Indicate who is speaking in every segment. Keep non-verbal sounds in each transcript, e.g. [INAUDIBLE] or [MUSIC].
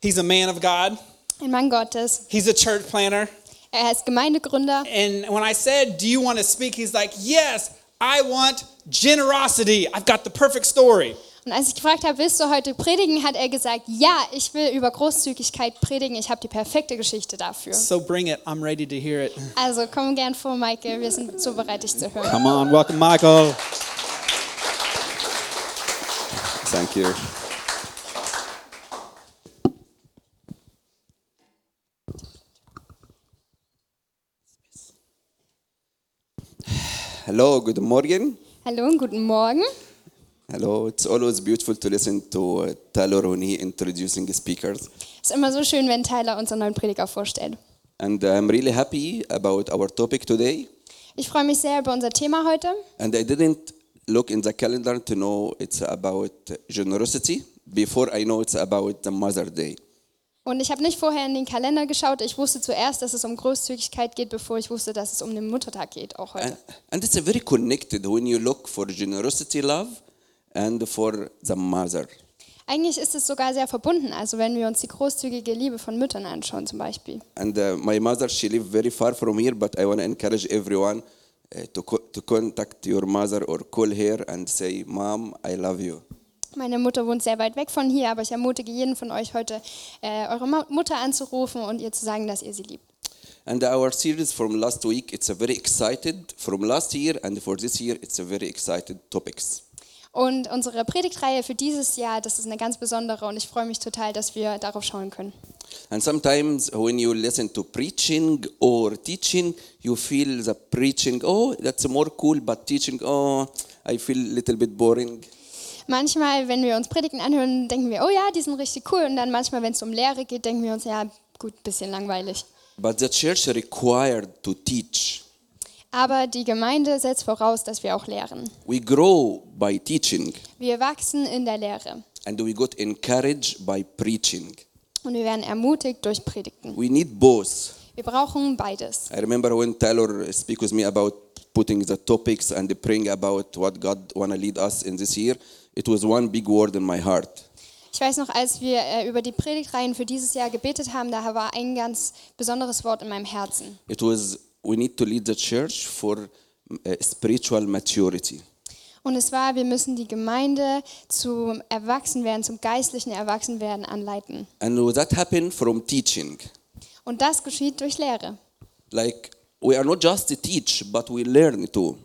Speaker 1: He's a man of God.
Speaker 2: ein Mann Gottes.
Speaker 1: He's a church planner.
Speaker 2: Er ist Gemeindegründer.
Speaker 1: And when I said, Do you want to speak? He's like, Yes, I want generosity. I've got the perfect story.
Speaker 2: Und als ich gefragt habe, willst du heute predigen, hat er gesagt, ja, ich will über Großzügigkeit predigen. Ich habe die perfekte Geschichte dafür.
Speaker 1: So bring it. I'm ready to hear it.
Speaker 2: Also komm gern vor, Maike. Wir sind so bereit, dich zu hören.
Speaker 1: Come on, welcome, Michael.
Speaker 3: Thank you. Hello, good morning.
Speaker 2: Hallo und guten Morgen.
Speaker 3: Hello, it's always beautiful to listen to uh, Taylor when he introducing speakers.
Speaker 2: Ist immer so schön, wenn Tyler unseren neuen Prediger vorstellt.
Speaker 3: And I'm really happy about our topic today.
Speaker 2: Ich freue mich sehr über unser Thema heute.
Speaker 3: And I didn't look in the calendar to know it's about generosity before I know it's about the Mother Day.
Speaker 2: Und ich habe nicht vorher in den Kalender geschaut. Ich wusste zuerst, dass es um Großzügigkeit geht, bevor ich wusste, dass es um den Muttertag geht, auch heute.
Speaker 3: And, and it's a very connected when you look for generosity, love, and for the mother.
Speaker 2: Eigentlich ist es sogar sehr verbunden. Also wenn wir uns die großzügige Liebe von Müttern anschauen zum Beispiel.
Speaker 3: And uh, my mother, she live very far from here, but I want to encourage everyone uh, to, co- to contact your mother or call her and say, Mom, I love you.
Speaker 2: Meine Mutter wohnt sehr weit weg von hier, aber ich ermutige jeden von euch heute, äh, eure Ma Mutter anzurufen und ihr zu sagen, dass ihr sie liebt.
Speaker 3: And our series from last week, it's a very excited from last year, and for this year, it's a very excited topics.
Speaker 2: Und unsere Predigtreihe für dieses Jahr, das ist eine ganz besondere und ich freue mich total, dass wir darauf schauen können.
Speaker 3: And sometimes when you listen to preaching or teaching, you feel the preaching, oh, that's more cool, but teaching, oh, I feel a little bit boring.
Speaker 2: Manchmal, wenn wir uns Predigten anhören, denken wir, oh ja, die sind richtig cool. Und dann manchmal, wenn es um Lehre geht, denken wir uns, ja, gut, bisschen langweilig.
Speaker 3: But the church required to teach.
Speaker 2: Aber die Gemeinde setzt voraus, dass wir auch lehren.
Speaker 3: We grow by teaching,
Speaker 2: Wir wachsen in der Lehre
Speaker 3: and we got encouraged by preaching.
Speaker 2: und wir werden ermutigt durch Predigten.
Speaker 3: We need both.
Speaker 2: Wir brauchen beides.
Speaker 3: I remember when Taylor speak with me about putting the topics and praying about what God wanna lead us in this year. It was one big word in my heart.
Speaker 2: Ich weiß noch, als wir äh, über die Predigtreihen für dieses Jahr gebetet haben, da war ein ganz besonderes Wort in meinem Herzen.
Speaker 3: It was we need to lead the church for uh, spiritual maturity.
Speaker 2: Und es war, wir müssen die Gemeinde zum Erwachsenwerden, zum geistlichen Erwachsenwerden anleiten.
Speaker 3: And that happened from teaching.
Speaker 2: Und das geschieht durch Lehre.
Speaker 3: Like we are not just to teach, but we learn too.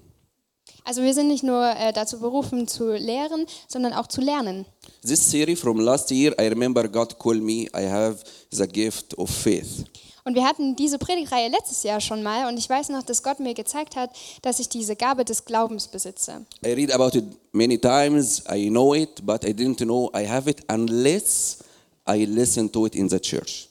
Speaker 2: Also wir sind nicht nur äh, dazu berufen zu lehren, sondern auch zu lernen.
Speaker 3: This series from last year, I remember God called me. I have the gift of faith.
Speaker 2: Und wir hatten diese Predigtreihe letztes Jahr schon mal und ich weiß noch, dass Gott mir gezeigt hat, dass ich diese Gabe des Glaubens besitze.
Speaker 3: I read about it many times. I know it, but I didn't know I have it unless I listen to it in the church.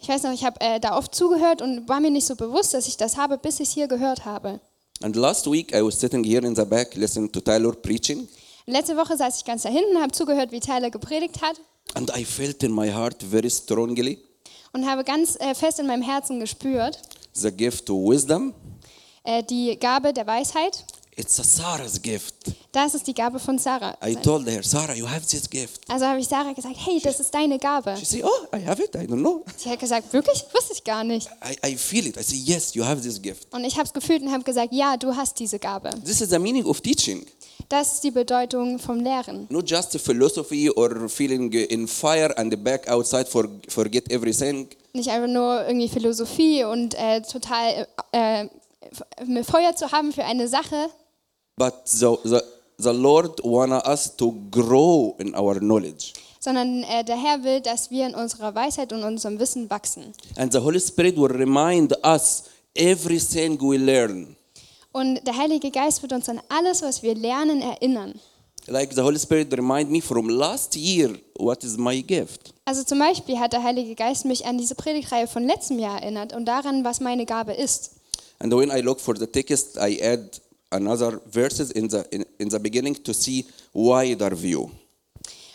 Speaker 2: Ich weiß noch, ich habe äh, da oft zugehört und war mir nicht so bewusst, dass ich das habe, bis ich es hier gehört habe.
Speaker 3: And last week, I was sitting here in the back, listening to Tyler preaching.
Speaker 2: Letzte Woche saß ich ganz da hinten und habe zugehört, wie Tyler gepredigt hat
Speaker 3: And I felt in my heart very strongly
Speaker 2: und habe ganz äh, fest in meinem Herzen gespürt,
Speaker 3: the gift of wisdom.
Speaker 2: äh, die Gabe der Weisheit,
Speaker 3: It's a Sarah's gift.
Speaker 2: das ist die Gabe von Sarah.
Speaker 3: I told her, Sarah, you have this gift.
Speaker 2: Also habe ich Sarah gesagt, hey, das ist deine Gabe.
Speaker 3: She said, Oh, I have it. I don't know. [LAUGHS]
Speaker 2: Sie hat gesagt, wirklich? Wusste ich gar nicht.
Speaker 3: I, I feel it. I say, Yes, you have this gift.
Speaker 2: Und ich habe es gefühlt und habe gesagt, ja, du hast diese Gabe.
Speaker 3: This is the meaning of teaching,
Speaker 2: Das ist die Bedeutung vom Lehren.
Speaker 3: not just philosophy or feeling in fire and back outside for forget everything.
Speaker 2: Nicht einfach nur irgendwie Philosophie und äh, total äh, äh, Feuer zu haben für eine Sache,
Speaker 3: But the, the, the Lord want us to grow in our knowledge.
Speaker 2: sondern äh, der Herr will, dass wir in unserer Weisheit und unserem Wissen wachsen.
Speaker 3: And the Holy Spirit will remind us everything we learn.
Speaker 2: Und der Heilige Geist wird uns an alles, was wir lernen, erinnern.
Speaker 3: Like the Holy Spirit remind me from last year what is my gift.
Speaker 2: Also zum Beispiel hat der Heilige Geist mich an diese Predigtreihe von letztem Jahr erinnert und daran, was meine Gabe ist.
Speaker 3: And when I look for the text, I add another verses in the in, in the beginning to see wider view.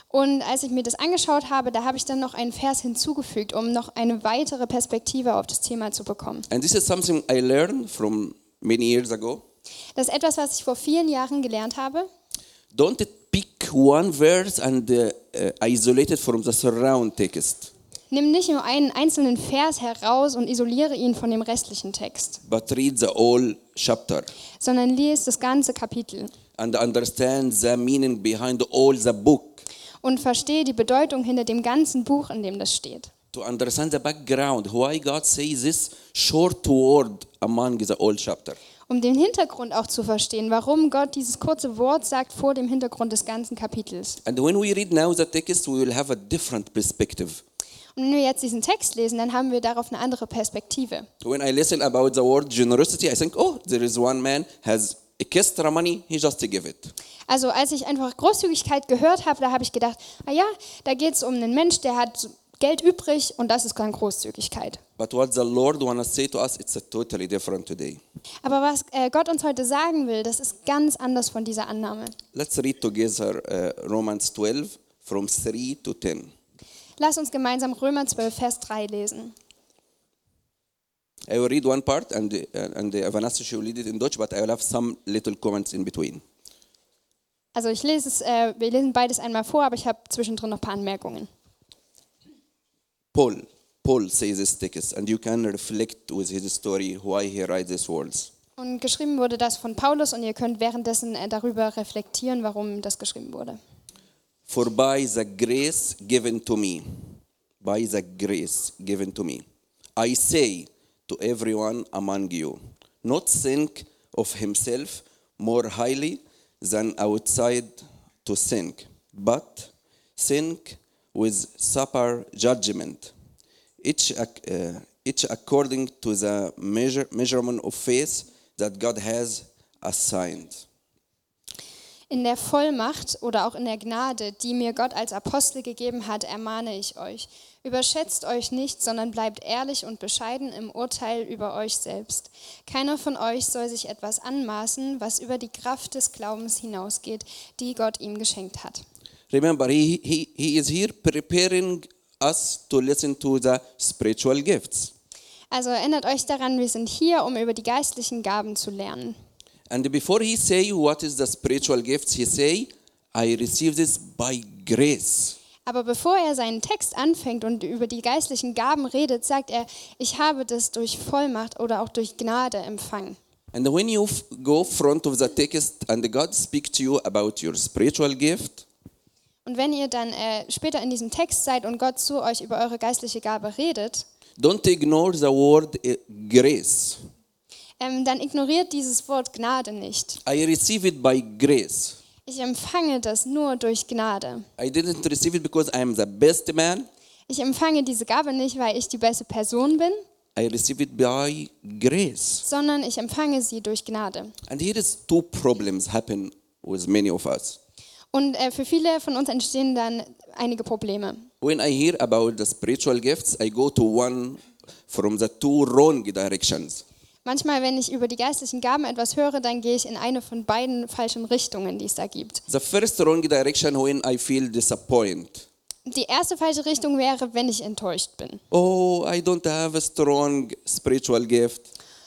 Speaker 2: Und als ich mir das angeschaut habe, da habe ich dann noch einen Vers hinzugefügt, um noch eine weitere Perspektive auf das Thema zu bekommen.
Speaker 3: And this is something I learned from many years ago.
Speaker 2: Das ist etwas, was ich vor vielen Jahren gelernt habe.
Speaker 3: Don't pick one verse and uh, uh, isolate it from the surround text.
Speaker 2: Nimm nicht nur einen einzelnen Vers heraus und isoliere ihn von dem restlichen Text,
Speaker 3: but read the whole chapter
Speaker 2: sondern lies das ganze Kapitel
Speaker 3: and understand the meaning behind all the book.
Speaker 2: und verstehe die Bedeutung hinter dem ganzen Buch, in dem das steht.
Speaker 3: To understand the background, why God says this short word among the whole chapter.
Speaker 2: Um den Hintergrund auch zu verstehen, warum Gott dieses kurze Wort sagt vor dem Hintergrund des ganzen Kapitels.
Speaker 3: And when we read now the text, we will have a different perspective.
Speaker 2: Und wenn wir jetzt diesen Text lesen, dann haben wir darauf eine andere Perspektive.
Speaker 3: When I listen about the word generosity, I think, oh, there is one man has extra money, he just give it.
Speaker 2: Also als ich einfach Großzügigkeit gehört habe, da habe ich gedacht, ah ja, da geht es um einen Mensch, der hat Geld übrig und das ist dann Großzügigkeit.
Speaker 3: But what the Lord want to say to us, it's a totally different today.
Speaker 2: Aber was äh, Gott uns heute sagen will, das ist ganz anders von dieser Annahme.
Speaker 3: Let's read together uh, Romans 12 from 3 to 10.
Speaker 2: Lass uns gemeinsam Römer 12, Vers 3 lesen.
Speaker 3: I will read one part and, uh, and uh, Vanessa, she will read it in Dutch, but I will have some little comments in between.
Speaker 2: Also ich lese es, äh, wir lesen beides einmal vor, aber ich habe zwischendrin noch ein paar Anmerkungen.
Speaker 3: Paul, Paul says this text, and you can reflect with his story why he writes these words.
Speaker 2: Und geschrieben wurde das von Paulus und ihr könnt währenddessen äh, darüber reflektieren, warum das geschrieben wurde.
Speaker 3: For by the grace given to me, by the grace given to me, I say to everyone among you, not think of himself more highly than outside to think, but think with supper judgment, each, ac- uh, each according to the measure, measurement of faith that God has assigned.
Speaker 2: In der Vollmacht oder auch in der Gnade, die mir Gott als Apostel gegeben hat, ermahne ich euch. Überschätzt euch nicht, sondern bleibt ehrlich und bescheiden im Urteil über euch selbst. Keiner von euch soll sich etwas anmaßen, was über die Kraft des Glaubens hinausgeht, die Gott ihm geschenkt hat.
Speaker 3: Remember, he, he, he is here preparing us to listen to the spiritual gifts.
Speaker 2: Also erinnert euch daran, wir sind hier, um über die geistlichen Gaben zu lernen.
Speaker 3: And before he say what is the spiritual gifts, he say, I receive this by grace.
Speaker 2: Aber bevor er seinen Text anfängt und über die geistlichen Gaben redet, sagt er, ich habe das durch Vollmacht oder auch durch Gnade empfangen.
Speaker 3: And when you f- go front of the text and God speak to you about your spiritual gift,
Speaker 2: Und wenn ihr dann äh, später in diesem Text seid und Gott zu euch über eure geistliche Gabe redet,
Speaker 3: don't ignore the word eh, grace.
Speaker 2: ähm, dann ignoriert dieses Wort Gnade nicht.
Speaker 3: I receive it by grace.
Speaker 2: Ich empfange das nur durch Gnade.
Speaker 3: I didn't receive it because I am the best man.
Speaker 2: Ich empfange diese Gabe nicht, weil ich die beste Person bin,
Speaker 3: I receive it by grace.
Speaker 2: sondern ich empfange sie durch Gnade.
Speaker 3: And here is two problems happen with many of us.
Speaker 2: Und äh, für viele von uns entstehen dann einige Probleme.
Speaker 3: When I hear about the spiritual gifts, I go to one from the two wrong directions.
Speaker 2: Manchmal, wenn ich über die geistlichen Gaben etwas höre, dann gehe ich in eine von beiden falschen Richtungen, die es da gibt.
Speaker 3: The first wrong direction when I feel disappointed.
Speaker 2: Die erste falsche Richtung wäre, wenn ich enttäuscht bin.
Speaker 3: Oh, I don't have a strong spiritual gift.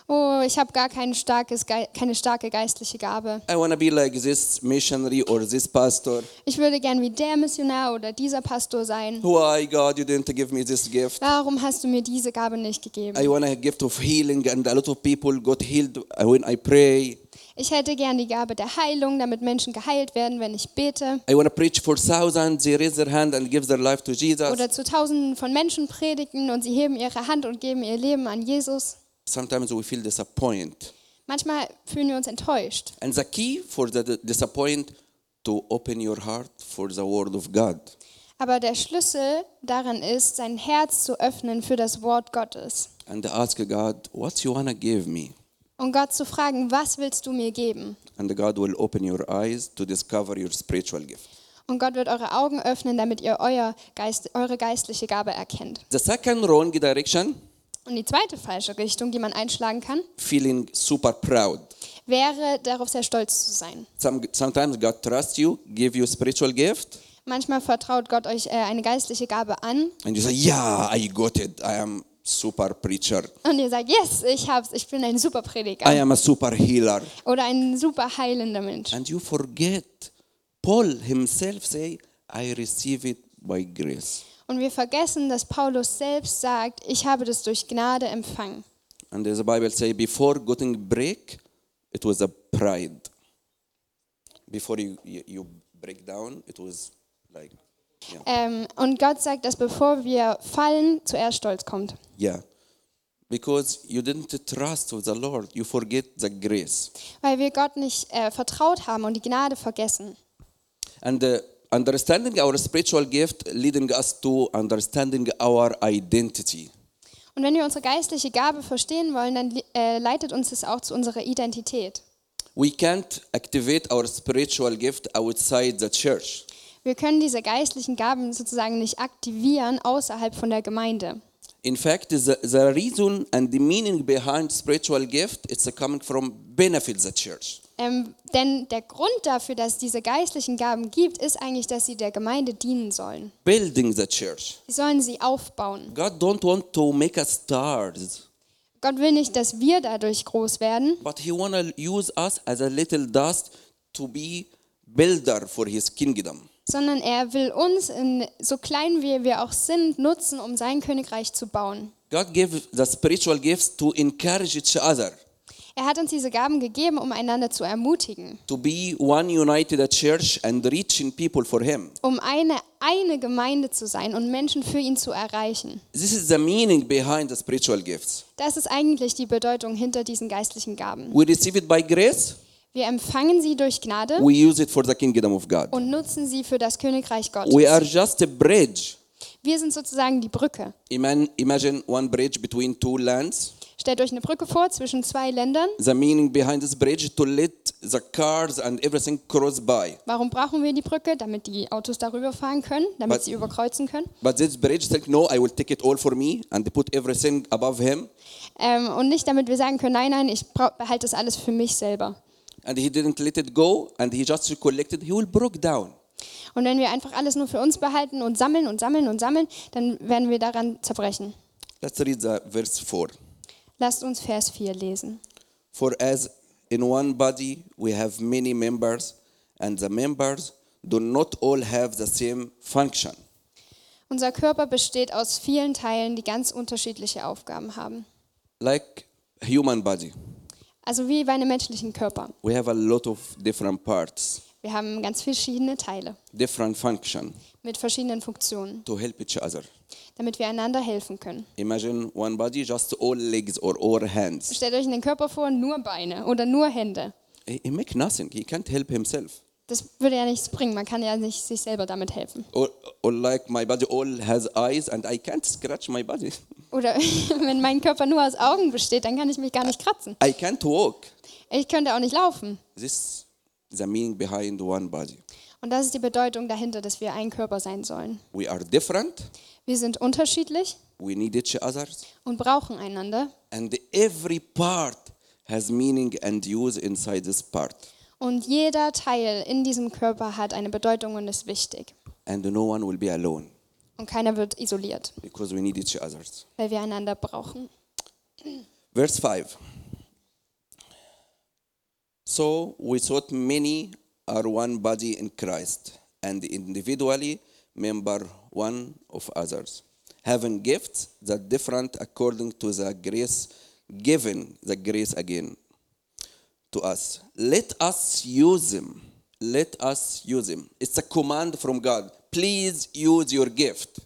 Speaker 2: Oh, ich habe gar kein starkes, Gei- keine starke geistliche Gabe.
Speaker 3: I want to be like this missionary or this pastor.
Speaker 2: Ich würde gern wie der Missionar oder dieser Pastor sein.
Speaker 3: Why God you didn't give me this gift?
Speaker 2: Warum hast du mir diese Gabe nicht gegeben?
Speaker 3: I want a gift of healing and a lot of people got healed when I pray.
Speaker 2: Ich hätte gern die Gabe der Heilung, damit Menschen geheilt werden, wenn ich bete.
Speaker 3: I want to preach for thousands, they raise their hand and give their life to Jesus.
Speaker 2: Oder zu Tausenden von Menschen predigen und sie heben ihre Hand und geben ihr Leben an Jesus.
Speaker 3: sometimes we feel disappointed
Speaker 2: Manchmal fühlen wir uns enttäuscht.
Speaker 3: and the key for the the disappoint to open your heart for the word of god
Speaker 2: Aber der Schlüssel darin ist, sein Herz zu öffnen für das Wort Gottes.
Speaker 3: and ask god what you want to give me
Speaker 2: Und Gott zu fragen, was willst du mir geben?
Speaker 3: and god will open your eyes to discover your spiritual gift
Speaker 2: Und Gott wird eure Augen öffnen, damit ihr euer Geist, eure geistliche Gabe erkennt.
Speaker 3: the second wrong direction
Speaker 2: Und die zweite falsche Richtung, die man einschlagen kann,
Speaker 3: feeling super proud
Speaker 2: wäre darauf sehr stolz zu sein.
Speaker 3: Some, sometimes god trusts you give you spiritual gift
Speaker 2: Manchmal vertraut Gott euch äh, eine geistliche Gabe an
Speaker 3: and you say yeah i got it i am super preacher
Speaker 2: und ihr sagt, yes, ich hab's, ich bin ein super
Speaker 3: i
Speaker 2: Prediger
Speaker 3: am a super healer
Speaker 2: oder ein super heilender Mensch.
Speaker 3: and you forget paul himself say i receive it by grace.
Speaker 2: Und wir vergessen, dass Paulus selbst sagt, ich habe das durch Gnade empfangen.
Speaker 3: And as the Bible says, before getting break, it was a pride. Before you, you, you break down, it was like, yeah.
Speaker 2: Ähm, und Gott sagt, dass bevor wir fallen, zuerst Stolz kommt.
Speaker 3: yeah. Because you didn't trust with the Lord, you forget the grace.
Speaker 2: Weil wir Gott nicht äh, vertraut haben und die Gnade vergessen.
Speaker 3: And uh, understanding our spiritual gift leading us to understanding our identity.
Speaker 2: Und wenn wir unsere geistliche Gabe verstehen wollen, dann li- äh, leitet uns das auch zu unserer Identität.
Speaker 3: We can't activate our spiritual gift outside the church.
Speaker 2: Wir können diese geistlichen Gaben sozusagen nicht aktivieren außerhalb von der Gemeinde.
Speaker 3: In fact, the, the reason and the meaning behind spiritual gift it's coming from benefit the church.
Speaker 2: Ähm, denn der Grund dafür, dass es diese geistlichen Gaben gibt, ist eigentlich, dass sie der Gemeinde dienen sollen.
Speaker 3: building the church.
Speaker 2: Sie sollen sie aufbauen.
Speaker 3: God don't want to make us stars,
Speaker 2: Gott will nicht, dass wir dadurch groß werden,
Speaker 3: but He wanna use us as a little dust to be builder for His kingdom.
Speaker 2: sondern er will uns, in, so klein wie wir auch sind, nutzen, um sein Königreich zu bauen.
Speaker 3: God gave the spiritual gifts to encourage each other,
Speaker 2: Er hat uns diese Gaben gegeben, um einander zu ermutigen,
Speaker 3: to be one united church and reaching people for Him.
Speaker 2: um eine, eine Gemeinde zu sein und Menschen für ihn zu erreichen.
Speaker 3: This is the meaning behind the spiritual gifts.
Speaker 2: Das ist eigentlich die Bedeutung hinter diesen geistlichen Gaben.
Speaker 3: We receive it by grace.
Speaker 2: Wir empfangen sie durch Gnade
Speaker 3: We use it for the kingdom of God.
Speaker 2: und nutzen sie für das Königreich Gottes.
Speaker 3: We are just a bridge.
Speaker 2: Wir sind sozusagen die Brücke.
Speaker 3: Iman- Imagine one bridge between two lands.
Speaker 2: Stellt euch eine Brücke vor zwischen zwei Ländern.
Speaker 3: the meaning behind this bridge to let the cars and everything cross by.
Speaker 2: Warum brauchen wir die Brücke? Damit die Autos darüber fahren können, damit
Speaker 3: Was-
Speaker 2: sie überkreuzen können.
Speaker 3: But this bridge said, No, I will take it all for me and put everything above him.
Speaker 2: Ähm, und nicht damit wir sagen können, nein, nein, ich brau- behalte das alles für mich selber.
Speaker 3: And he didn't let it go and he just collected, he will broke down.
Speaker 2: Und wenn wir einfach alles nur für uns behalten und sammeln und sammeln und sammeln, dann werden wir daran zerbrechen.
Speaker 3: Let's read the verse 4.
Speaker 2: Lasst uns Vers 4 lesen.
Speaker 3: For as in one body we have many members, and the members do not all have the same function.
Speaker 2: Unser Körper besteht aus vielen Teilen, die ganz unterschiedliche Aufgaben haben.
Speaker 3: Like human body,
Speaker 2: Also wie bei einem menschlichen Körper.
Speaker 3: we have a lot of different parts,
Speaker 2: Wir haben ganz verschiedene Teile
Speaker 3: different function
Speaker 2: mit verschiedenen Funktionen,
Speaker 3: to help each other.
Speaker 2: damit wir einander helfen können.
Speaker 3: Imagine one body, just all legs or all hands.
Speaker 2: Stellt euch einen Körper vor, nur Beine oder nur Hände.
Speaker 3: He, he make nothing. He can't help himself.
Speaker 2: Das würde ja nichts bringen. Man kann ja nicht sich selber damit helfen.
Speaker 3: Or, or like my body all has eyes and I can't scratch my body. [LAUGHS]
Speaker 2: Oder [LAUGHS] wenn mein Körper nur aus Augen besteht, dann kann ich mich gar nicht kratzen.
Speaker 3: I can't walk.
Speaker 2: Ich könnte auch nicht laufen.
Speaker 3: This is the meaning behind one body.
Speaker 2: Und das ist die Bedeutung dahinter, dass wir ein Körper sein sollen.
Speaker 3: We are different.
Speaker 2: Wir sind unterschiedlich
Speaker 3: We need each other.
Speaker 2: und brauchen einander.
Speaker 3: And every part has meaning and use inside this part.
Speaker 2: Und jeder Teil in diesem Körper hat eine Bedeutung und ist wichtig.
Speaker 3: And no one will be alone
Speaker 2: Und keiner wird isoliert,
Speaker 3: because we need each other.
Speaker 2: weil wir einander brauchen.
Speaker 3: Verse 5. So we thought many are one body in Christ, and individually member one of others, having gifts that different according to the grace given, the grace again to us. Let us use them. Let us use them. It's a command from God. Please use your gift.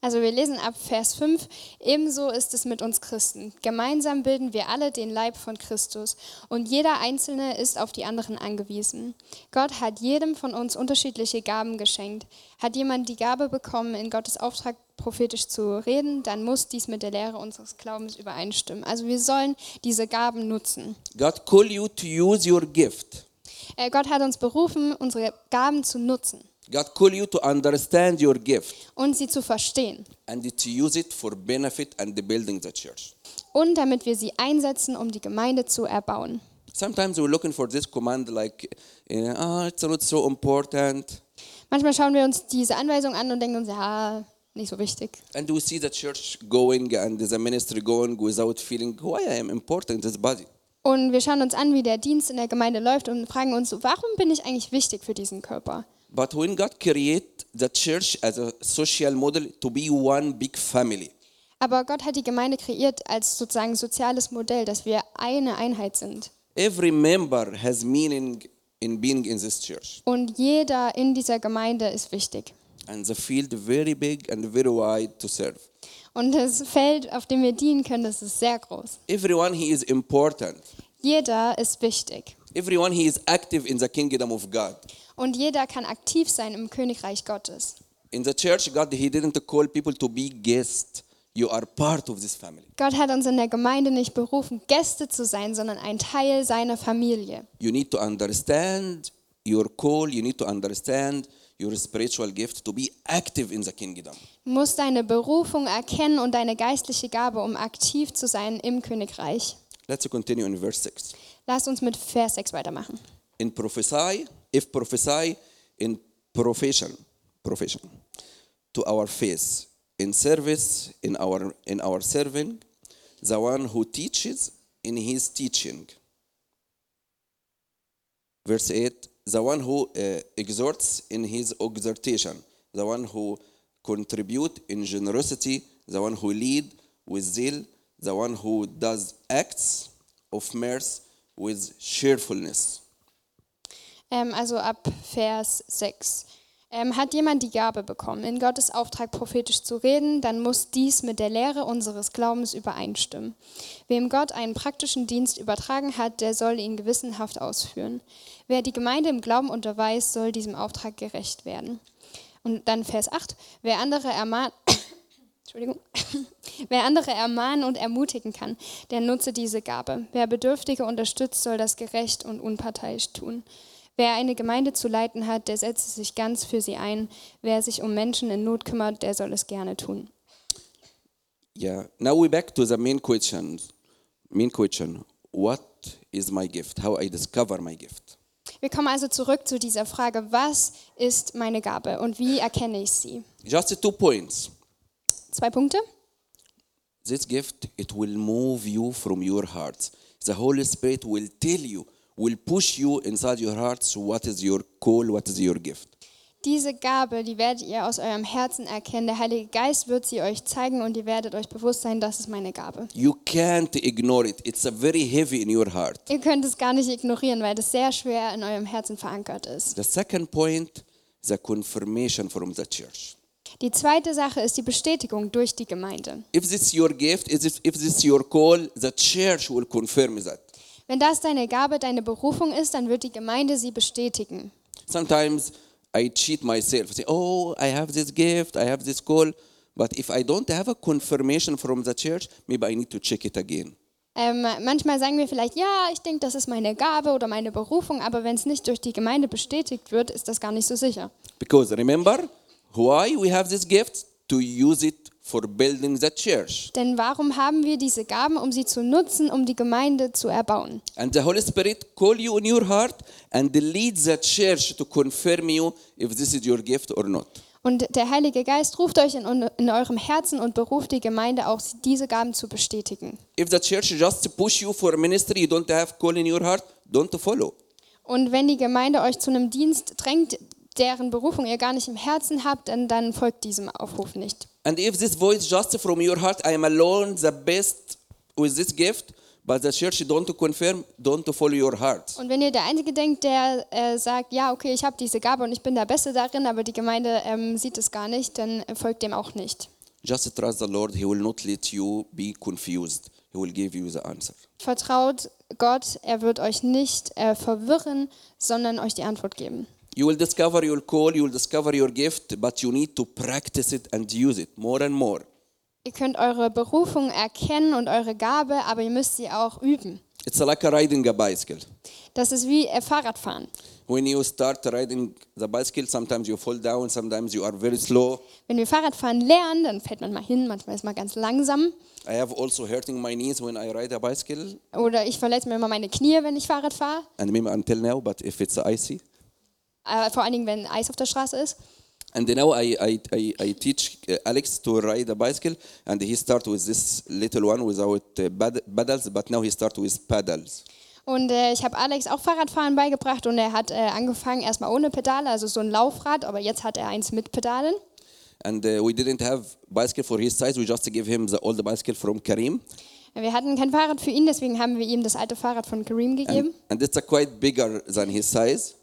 Speaker 2: Also wir lesen ab Vers 5, ebenso ist es mit uns Christen. Gemeinsam bilden wir alle den Leib von Christus und jeder Einzelne ist auf die anderen angewiesen. Gott hat jedem von uns unterschiedliche Gaben geschenkt. Hat jemand die Gabe bekommen, in Gottes Auftrag prophetisch zu reden, dann muss dies mit der Lehre unseres Glaubens übereinstimmen. Also wir sollen diese Gaben nutzen.
Speaker 3: God call you to use your gift.
Speaker 2: Äh, Gott hat uns berufen, unsere Gaben zu nutzen
Speaker 3: God call you to understand your gift
Speaker 2: und sie zu verstehen
Speaker 3: and to use it for benefit and the building the church.
Speaker 2: und damit wir sie einsetzen, um die Gemeinde zu erbauen.
Speaker 3: Sometimes we're looking for this command like, eh, ah, it's not so important.
Speaker 2: Manchmal schauen wir uns diese Anweisung an und denken uns, ja, nicht so wichtig.
Speaker 3: And we see the church going and the ministry going without feeling why I am important in this body.
Speaker 2: Und wir schauen uns an, wie der Dienst in der Gemeinde läuft und fragen uns, so, warum bin ich eigentlich wichtig für diesen Körper?
Speaker 3: But when God created the church as a social model to be one big family,
Speaker 2: Aber Gott hat die Gemeinde kreiert als sozusagen soziales Modell, dass wir eine Einheit sind.
Speaker 3: every member has meaning in being in this church.
Speaker 2: Und jeder in dieser Gemeinde ist wichtig.
Speaker 3: And the field very big and very wide to serve.
Speaker 2: Und das Feld, auf dem wir dienen können, das ist sehr groß.
Speaker 3: Everyone he is important.
Speaker 2: Jeder ist wichtig.
Speaker 3: Everyone he is active in the kingdom of God.
Speaker 2: Und jeder kann aktiv sein im Königreich Gottes.
Speaker 3: In the church, God he didn't call people to be guests. You are part of this family.
Speaker 2: Gott hat uns in der Gemeinde nicht berufen, Gäste zu sein, sondern ein Teil seiner Familie.
Speaker 3: You need to understand your call. You need to understand your spiritual gift to be active in the kingdom.
Speaker 2: Du musst deine Berufung erkennen und deine geistliche Gabe, um aktiv zu sein im Königreich.
Speaker 3: Let's continue in verse 6.
Speaker 2: Lass uns mit Vers 6 weitermachen.
Speaker 3: in prophesy, if prophesy, in profession, profession, to our face, in service, in our in our serving, the one who teaches in his teaching. Verse eight: the one who uh, exhorts in his exhortation, the one who contribute in generosity, the one who lead with zeal, the one who does acts of mercy with cheerfulness.
Speaker 2: Ähm, also ab Vers 6. Ähm, hat jemand die Gabe bekommen, in Gottes Auftrag prophetisch zu reden, dann muss dies mit der Lehre unseres Glaubens übereinstimmen. Wem Gott einen praktischen Dienst übertragen hat, der soll ihn gewissenhaft ausführen. Wer die Gemeinde im Glauben unterweist, soll diesem Auftrag gerecht werden. Und dann Vers 8. Wer andere ermahnt. Entschuldigung. [LAUGHS] Wer andere ermahnen und ermutigen kann, der nutze diese Gabe. Wer Bedürftige unterstützt, soll das gerecht und unparteiisch tun. Wer eine Gemeinde zu leiten hat, der setze sich ganz für sie ein. Wer sich um Menschen in Not kümmert, der soll es gerne tun.
Speaker 3: Yeah. Now we back to the main question. Main question: What is my gift? How I discover my gift?
Speaker 2: Wir kommen also zurück zu dieser Frage, was ist meine Gabe und wie erkenne ich sie?
Speaker 3: Just two points.
Speaker 2: Zwei Punkte.
Speaker 3: This gift it will move you from your hearts. The Holy Spirit will tell you, will push you inside your hearts. What is your call? What is your gift?
Speaker 2: Diese Gabe, die werdet ihr aus eurem Herzen erkennen. Der Heilige Geist wird sie euch zeigen und ihr werdet euch bewusst sein, das ist meine Gabe.
Speaker 3: You can't ignore it. It's a very heavy in your heart.
Speaker 2: Ihr könnt es gar nicht ignorieren, weil das sehr schwer in eurem Herzen verankert ist.
Speaker 3: The second point: the confirmation from the church.
Speaker 2: Die zweite Sache ist die Bestätigung durch die Gemeinde.
Speaker 3: If this is your gift, is it- if this is your call, the church will confirm that.
Speaker 2: Wenn das deine Gabe, deine Berufung ist, dann wird die Gemeinde sie bestätigen.
Speaker 3: Sometimes I cheat myself. Say, oh, I have this gift, I have this call. But if I don't have a confirmation from the church, maybe I need to check it again.
Speaker 2: Ähm, manchmal sagen wir vielleicht, ja, ich denke, das ist meine Gabe oder meine Berufung, aber wenn es nicht durch die Gemeinde bestätigt wird, ist das gar nicht so sicher.
Speaker 3: Because remember why we have this gift? To use it for building the church.
Speaker 2: Denn warum haben wir diese Gaben, um sie zu nutzen, um die Gemeinde zu erbauen?
Speaker 3: And the Holy Spirit call you in your heart and lead the church to confirm you if this is your gift or not.
Speaker 2: Und der Heilige Geist ruft euch in, in eurem Herzen und beruft die Gemeinde auch, diese Gaben zu bestätigen.
Speaker 3: If the church just push you for ministry, you don't have call in your heart, don't follow.
Speaker 2: Und wenn die Gemeinde euch zu einem Dienst drängt, deren Berufung ihr gar nicht im Herzen habt, dann, dann folgt diesem Aufruf nicht.
Speaker 3: And if this voice just from your heart, I am alone, the best with this gift, but the church don't confirm, don't follow your heart.
Speaker 2: Und wenn ihr der Einzige denkt, der äh, sagt, ja, okay, ich habe diese Gabe und ich bin der Beste darin, aber die Gemeinde ähm, sieht es gar nicht, dann folgt dem auch nicht.
Speaker 3: Just trust the Lord, He will not let you be confused. He will give you the answer.
Speaker 2: Vertraut Gott, er wird euch nicht äh, verwirren, sondern euch die Antwort geben.
Speaker 3: You will discover your call, you will discover your gift, but you need to practice it and use it more and more.
Speaker 2: Ihr könnt eure Berufung erkennen und eure Gabe, aber ihr müsst sie auch üben.
Speaker 3: It's like a riding a bicycle.
Speaker 2: Das ist wie äh, Fahrradfahren.
Speaker 3: When you start riding the bicycle, sometimes you fall down, sometimes you are very slow.
Speaker 2: Wenn wir Fahrradfahren lernen, dann fällt man mal hin, manchmal ist man ganz langsam.
Speaker 3: I have also hurting my knees when I ride a bicycle,
Speaker 2: Oder ich verletze mir immer meine Knie, wenn ich Fahrrad fahre.
Speaker 3: and maybe until now, but if it's icy,
Speaker 2: Äh, vor allen Dingen, wenn Eis auf der Straße ist.
Speaker 3: And now I, I, I, I teach uh, Alex to ride a bicycle, and he start with this little one without uh, pad- pedals, but now he start with pedals.
Speaker 2: Und äh, ich habe Alex auch Fahrradfahren beigebracht und er hat äh, angefangen erstmal ohne Pedale, also so ein Laufrad, aber jetzt hat er eins mit Pedalen.
Speaker 3: And uh, we didn't have bicycle for his size. We just gave him the old bicycle from Karim.
Speaker 2: Wir hatten kein Fahrrad für ihn, deswegen haben wir ihm das alte Fahrrad von Kareem
Speaker 3: And,
Speaker 2: gegeben.
Speaker 3: and it's a quite bigger than his size.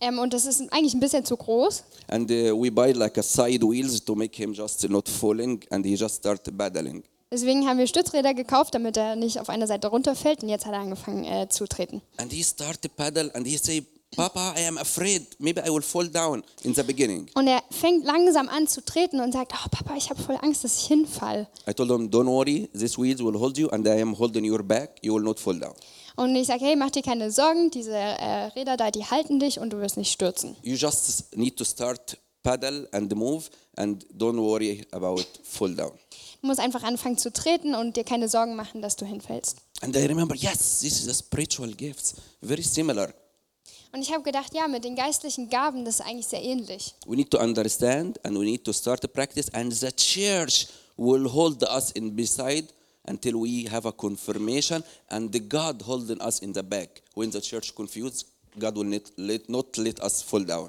Speaker 2: Ähm, und das ist eigentlich ein bisschen zu groß.
Speaker 3: And uh, we buy like a side wheels to make him just not falling. And he just start pedaling.
Speaker 2: Deswegen haben wir Stützräder gekauft, damit er nicht auf einer Seite runterfällt. Und jetzt hat er angefangen äh, zu treten.
Speaker 3: And he start to paddle and he say, Papa, I am afraid. Maybe I will fall down in the beginning.
Speaker 2: Und er fängt langsam an zu treten und sagt, oh Papa, ich habe voll Angst, dass ich hinfall.
Speaker 3: I told him, don't worry. These wheels will hold you and I am holding your back. You will not fall down.
Speaker 2: Und ich sage, hey, mach dir keine Sorgen, diese äh, Räder da, die halten dich und du wirst nicht stürzen.
Speaker 3: You just need to start paddle and move and don't worry about fall down.
Speaker 2: Du musst einfach anfangen zu treten und dir keine Sorgen machen, dass du hinfällst.
Speaker 3: And I remember, yes, this is a spiritual gift, very similar.
Speaker 2: Und ich habe gedacht, ja, mit den geistlichen Gaben, das ist eigentlich sehr ähnlich.
Speaker 3: We need to understand and we need to start to practice, and the church will hold us in beside until we have a confirmation, and the God holding us in the back. When the church confused, God will not let, not let us fall down.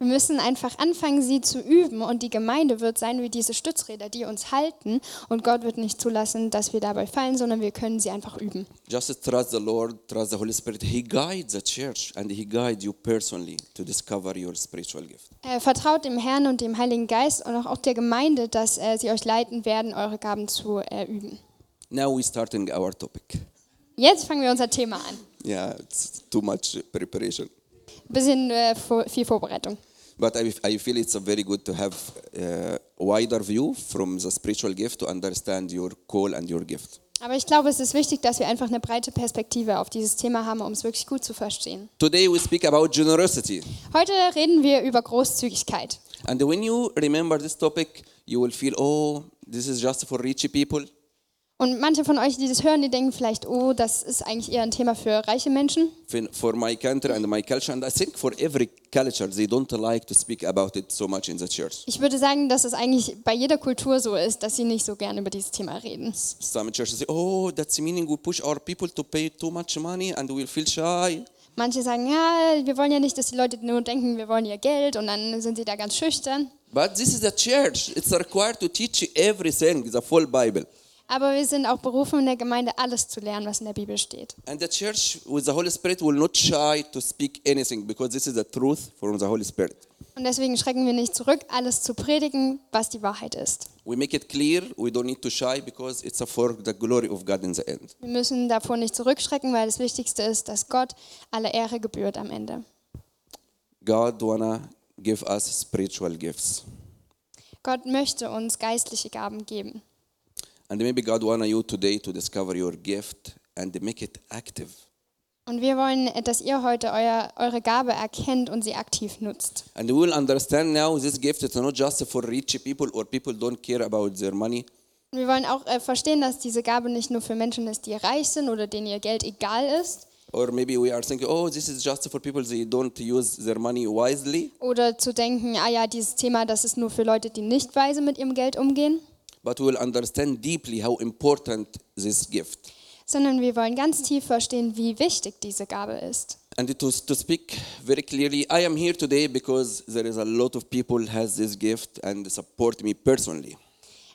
Speaker 2: Wir müssen einfach anfangen, sie zu üben und die Gemeinde wird sein wie diese Stützräder, die uns halten und Gott wird nicht zulassen, dass wir dabei fallen, sondern wir können sie einfach üben.
Speaker 3: Just trust the Lord, trust the Holy Spirit. He guides the church and He guides you personally to discover your spiritual gift.
Speaker 2: Äh, vertraut dem Herrn und dem Heiligen Geist und auch- auch der Gemeinde, dass äh, sie euch leiten werden, eure Gaben zu äh, üben.
Speaker 3: Now we're starting our topic.
Speaker 2: Jetzt fangen wir unser Thema an.
Speaker 3: Yeah, it's too much preparation.
Speaker 2: Bisschen äh, vor, viel Vorbereitung.
Speaker 3: But I, I feel it's a very good to have a wider view from the spiritual gift to understand your call and your gift.
Speaker 2: Aber ich glaube, es ist wichtig, dass wir einfach eine breite Perspektive auf dieses Thema haben, um es wirklich gut zu verstehen.
Speaker 3: Today we speak about generosity.
Speaker 2: Heute reden wir über Großzügigkeit.
Speaker 3: And when you remember this topic, you will feel, oh, this is just for rich people.
Speaker 2: Und manche von euch, die das hören, die denken vielleicht, oh, das ist eigentlich eher ein Thema für reiche Menschen.
Speaker 3: Fin- For my country and my culture, and I think for every culture, they don't like to speak about it so much in the church.
Speaker 2: Ich würde sagen, dass es eigentlich bei jeder Kultur so ist, dass sie nicht so gerne über dieses Thema reden.
Speaker 3: Some churches say, oh, that's meaning we push our people to pay too much money and we'll feel shy.
Speaker 2: Manche sagen, ja, wir wollen ja nicht, dass die Leute nur denken, wir wollen ihr Geld und dann sind sie da ganz schüchtern.
Speaker 3: But this is a church. It's required to teach everything, the full Bible.
Speaker 2: Aber wir sind auch berufen, in der Gemeinde alles zu lernen, was in der Bibel steht.
Speaker 3: And the church with the Holy Spirit will not shy to speak anything because this is the truth from the Holy Spirit.
Speaker 2: Und deswegen schrecken wir nicht zurück, alles zu predigen, was die Wahrheit ist.
Speaker 3: We make it clear we don't need to shy because it's for the glory of God in the end.
Speaker 2: Wir müssen davor nicht zurückschrecken, weil das Wichtigste ist, dass Gott alle Ehre gebührt am Ende.
Speaker 3: God wanna give us spiritual gifts.
Speaker 2: Gott möchte uns geistliche Gaben geben.
Speaker 3: And maybe God wanna you today to discover your gift and make it active.
Speaker 2: Und wir wollen, dass ihr heute euer, eure Gabe erkennt und sie aktiv nutzt.
Speaker 3: And we will understand now this gift is not just for rich people or people don't care about their money.
Speaker 2: Und wir wollen auch äh, verstehen, dass diese Gabe nicht nur für Menschen ist, die reich sind oder denen ihr Geld egal ist
Speaker 3: Or maybe we are thinking, oh, this is just for people they don't use their money wisely.
Speaker 2: oder zu denken, ah ja, dieses Thema, das ist nur für Leute, die nicht weise mit ihrem Geld umgehen,
Speaker 3: but we will understand deeply how important this gift.
Speaker 2: sondern wir wollen ganz tief verstehen, wie wichtig diese Gabe ist.
Speaker 3: And it was to speak very clearly, I am here today because there is a lot of people has this gift and support me personally.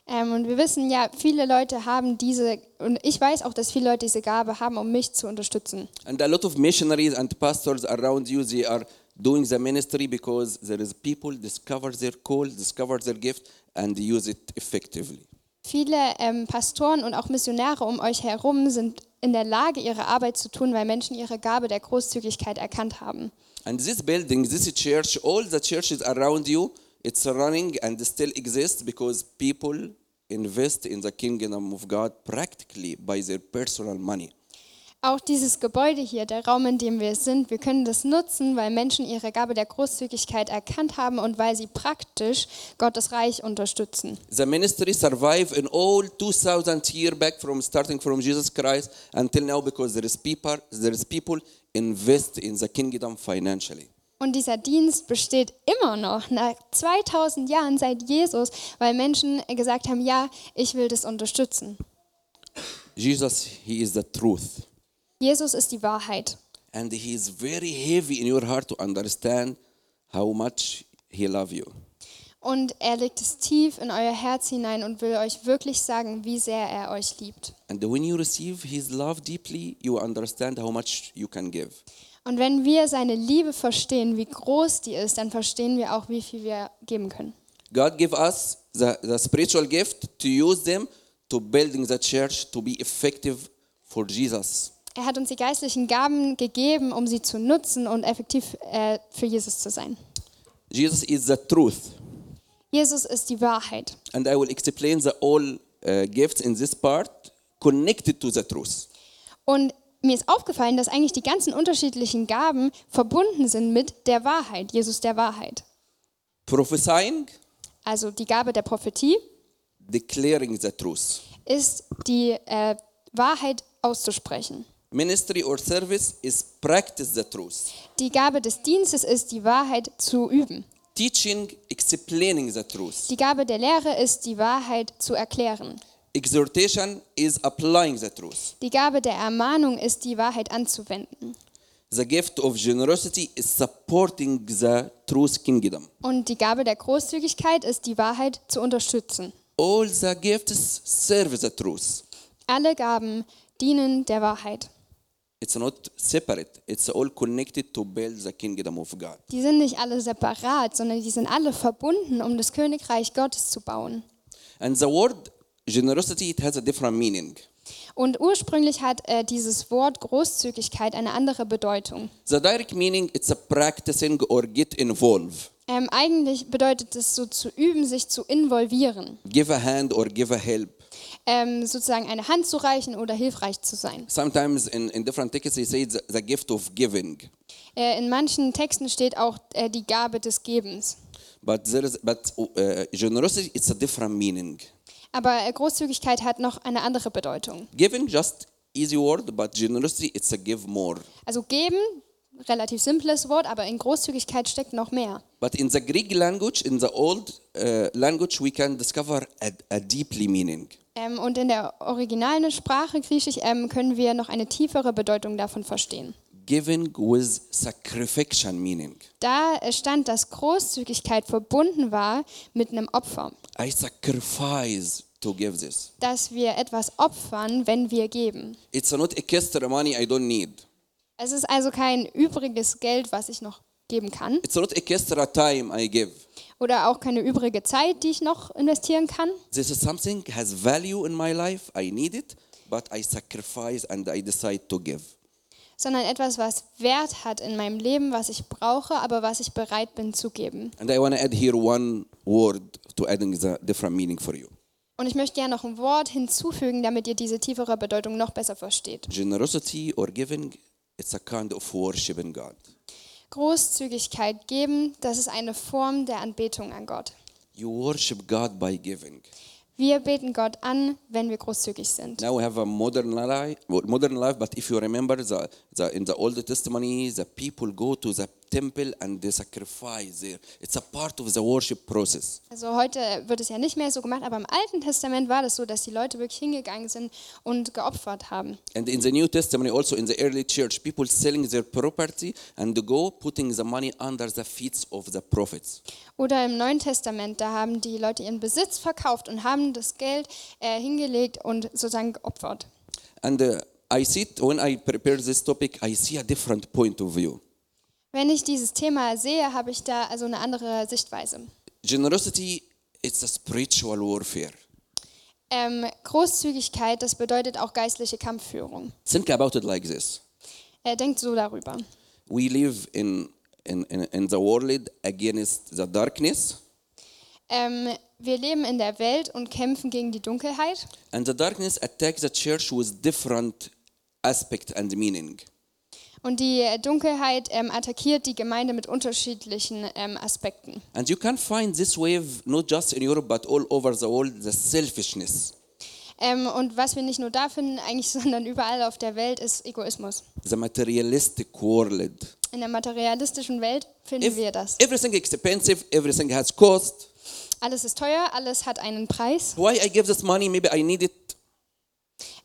Speaker 2: Ähm, und wir wissen ja, viele Leute haben diese, und ich weiß auch, dass viele Leute diese Gabe haben, um mich zu unterstützen.
Speaker 3: And a lot of missionaries and pastors around you, they are doing the ministry because there is people discover their call, discover their gift, and use it effectively.
Speaker 2: Viele ähm, Pastoren und auch Missionare um euch herum sind in der Lage, ihre Arbeit zu tun, weil Menschen ihre Gabe der Großzügigkeit erkannt haben.
Speaker 3: And this building, this church, all the churches around you, it's running and still exists because people invest in the kingdom of God practically by their personal money.
Speaker 2: Auch dieses Gebäude hier, der Raum, in dem wir sind, wir können das nutzen, weil Menschen ihre Gabe der Großzügigkeit erkannt haben und weil sie praktisch Gottes Reich unterstützen.
Speaker 3: The ministry survived in all 2000 years back from starting from Jesus Christ until now because there is people, there is people invest in the kingdom financially.
Speaker 2: Und dieser Dienst besteht immer noch nach 2000 Jahren seit Jesus, weil Menschen gesagt haben, ja, ich will das unterstützen.
Speaker 3: Jesus, he is the truth.
Speaker 2: Jesus ist die Wahrheit.
Speaker 3: And he is very heavy in your heart to understand how much he loves you.
Speaker 2: Und er legt es tief in euer Herz hinein und will euch wirklich sagen, wie sehr er euch liebt.
Speaker 3: And when you receive his love deeply, you understand how much you can give.
Speaker 2: Und wenn wir seine Liebe verstehen, wie groß die ist, dann verstehen wir auch, wie viel wir geben können.
Speaker 3: God give us the, the spiritual gift to use them to building the church to be effective for Jesus.
Speaker 2: Er hat uns die geistlichen Gaben gegeben, um sie zu nutzen und effektiv äh, für Jesus zu sein.
Speaker 3: Jesus is the truth.
Speaker 2: Jesus ist die Wahrheit.
Speaker 3: And I will explain the all uh, gifts in this part connected to the truth.
Speaker 2: Und mir ist aufgefallen, dass eigentlich die ganzen unterschiedlichen Gaben verbunden sind mit der Wahrheit, Jesus der Wahrheit.
Speaker 3: Prophesying,
Speaker 2: Also die Gabe der Prophetie
Speaker 3: declaring the truth.
Speaker 2: ist die äh, Wahrheit auszusprechen.
Speaker 3: Ministry or service is practice the truth.
Speaker 2: Die Gabe des Dienstes ist die Wahrheit zu üben.
Speaker 3: Teaching, explaining the truth.
Speaker 2: Die Gabe der Lehre ist die Wahrheit zu erklären.
Speaker 3: Exhortation is applying the truth.
Speaker 2: Die Gabe der Ermahnung ist die Wahrheit anzuwenden.
Speaker 3: The gift of generosity is supporting the truth kingdom.
Speaker 2: Und die Gabe der Großzügigkeit ist die Wahrheit zu unterstützen.
Speaker 3: All the gifts serve the truth.
Speaker 2: Alle Gaben dienen der Wahrheit.
Speaker 3: It's not separate. It's all connected to build the kingdom of God.
Speaker 2: Die sind nicht alle separat, sondern die sind alle verbunden, um das Königreich Gottes zu bauen.
Speaker 3: And the word generosity it has a different meaning.
Speaker 2: Und ursprünglich hat äh, dieses Wort Großzügigkeit eine andere Bedeutung.
Speaker 3: The direct meaning it's a practicing or get involved.
Speaker 2: Ähm, eigentlich bedeutet es so zu üben, sich zu involvieren,
Speaker 3: Give a hand or give a help.
Speaker 2: ähm, sozusagen eine Hand zu reichen oder hilfreich zu sein.
Speaker 3: Sometimes in, in different texts they say the, the gift of giving.
Speaker 2: Äh, in manchen Texten steht auch äh, die Gabe des Gebens.
Speaker 3: But there is but uh, generosity it's a different meaning.
Speaker 2: Aber äh, Großzügigkeit hat noch eine andere Bedeutung.
Speaker 3: Giving just easy word, but generosity it's a give more.
Speaker 2: Also geben, relativ simples Wort, aber in Großzügigkeit steckt noch mehr.
Speaker 3: But in the Greek language, in the old uh, language, we can discover a, a deeply meaning.
Speaker 2: Ähm, und in der originalen Sprache Griechisch ähm, können wir noch eine tiefere Bedeutung davon verstehen.
Speaker 3: Giving with sacrificial meaning.
Speaker 2: Da äh, stand, dass Großzügigkeit verbunden war mit einem Opfer,
Speaker 3: I sacrifice to give this.
Speaker 2: dass wir etwas opfern, wenn wir geben.
Speaker 3: It's not extra money I don't need.
Speaker 2: Es ist also kein übriges Geld, was ich noch geben kann
Speaker 3: It's not extra time I give.
Speaker 2: oder auch keine übrige Zeit, die ich noch investieren kann,
Speaker 3: This is something has value in my life. I need it, but I sacrifice and I decide to give.
Speaker 2: sondern etwas, was Wert hat in meinem Leben, was ich brauche, aber was ich bereit bin zu geben.
Speaker 3: And I want to add here one word to adding the different meaning for you.
Speaker 2: Und ich möchte gerne noch ein Wort hinzufügen, damit ihr diese tiefere Bedeutung noch besser versteht.
Speaker 3: Generosity or giving, it's a kind of worshiping God.
Speaker 2: Großzügigkeit geben, das ist eine Form der Anbetung an Gott.
Speaker 3: You worship God by giving.
Speaker 2: Wir beten Gott an, wenn wir großzügig sind.
Speaker 3: Now we have a modern life, modern life but if you remember the, the, in the Old Testimony, the people go to the temple and they sacrifice there. It's a part of the worship process.
Speaker 2: Also heute wird es ja nicht mehr so gemacht, aber im Alten Testament war das so, dass die Leute wirklich hingegangen sind und geopfert haben.
Speaker 3: And in the New Testament, also in the early church, people selling their property and go putting the money under the feet of the prophets.
Speaker 2: Oder im Neuen Testament, da haben die Leute ihren Besitz verkauft und haben das Geld äh, hingelegt und sozusagen geopfert.
Speaker 3: And uh, I see, it, when I prepare this topic, I see a different point of view.
Speaker 2: Wenn ich dieses Thema sehe, habe ich da also eine andere Sichtweise.
Speaker 3: Generosity, it's a spiritual warfare.
Speaker 2: Ähm, Großzügigkeit, das bedeutet auch geistliche Kampfführung.
Speaker 3: Think about it like this.
Speaker 2: Er denkt so darüber.
Speaker 3: we live in, in, in, in the world against the darkness
Speaker 2: Ähm, wir leben in der Welt und kämpfen gegen die Dunkelheit.
Speaker 3: and the darkness attacks the church with different aspect and meaning
Speaker 2: Und die äh, Dunkelheit ähm, attackiert die Gemeinde mit unterschiedlichen ähm, Aspekten.
Speaker 3: and you can find this wave not just in europe but all over the world the selfishness
Speaker 2: Ähm, und was wir nicht nur da finden, eigentlich, [LAUGHS] sondern überall auf der Welt, ist Egoismus.
Speaker 3: the materialistic world
Speaker 2: In der materialistischen Welt finden
Speaker 3: If-
Speaker 2: wir das.
Speaker 3: everything expensive everything has cost
Speaker 2: Alles ist teuer, alles hat einen Preis.
Speaker 3: why i give this money maybe i need it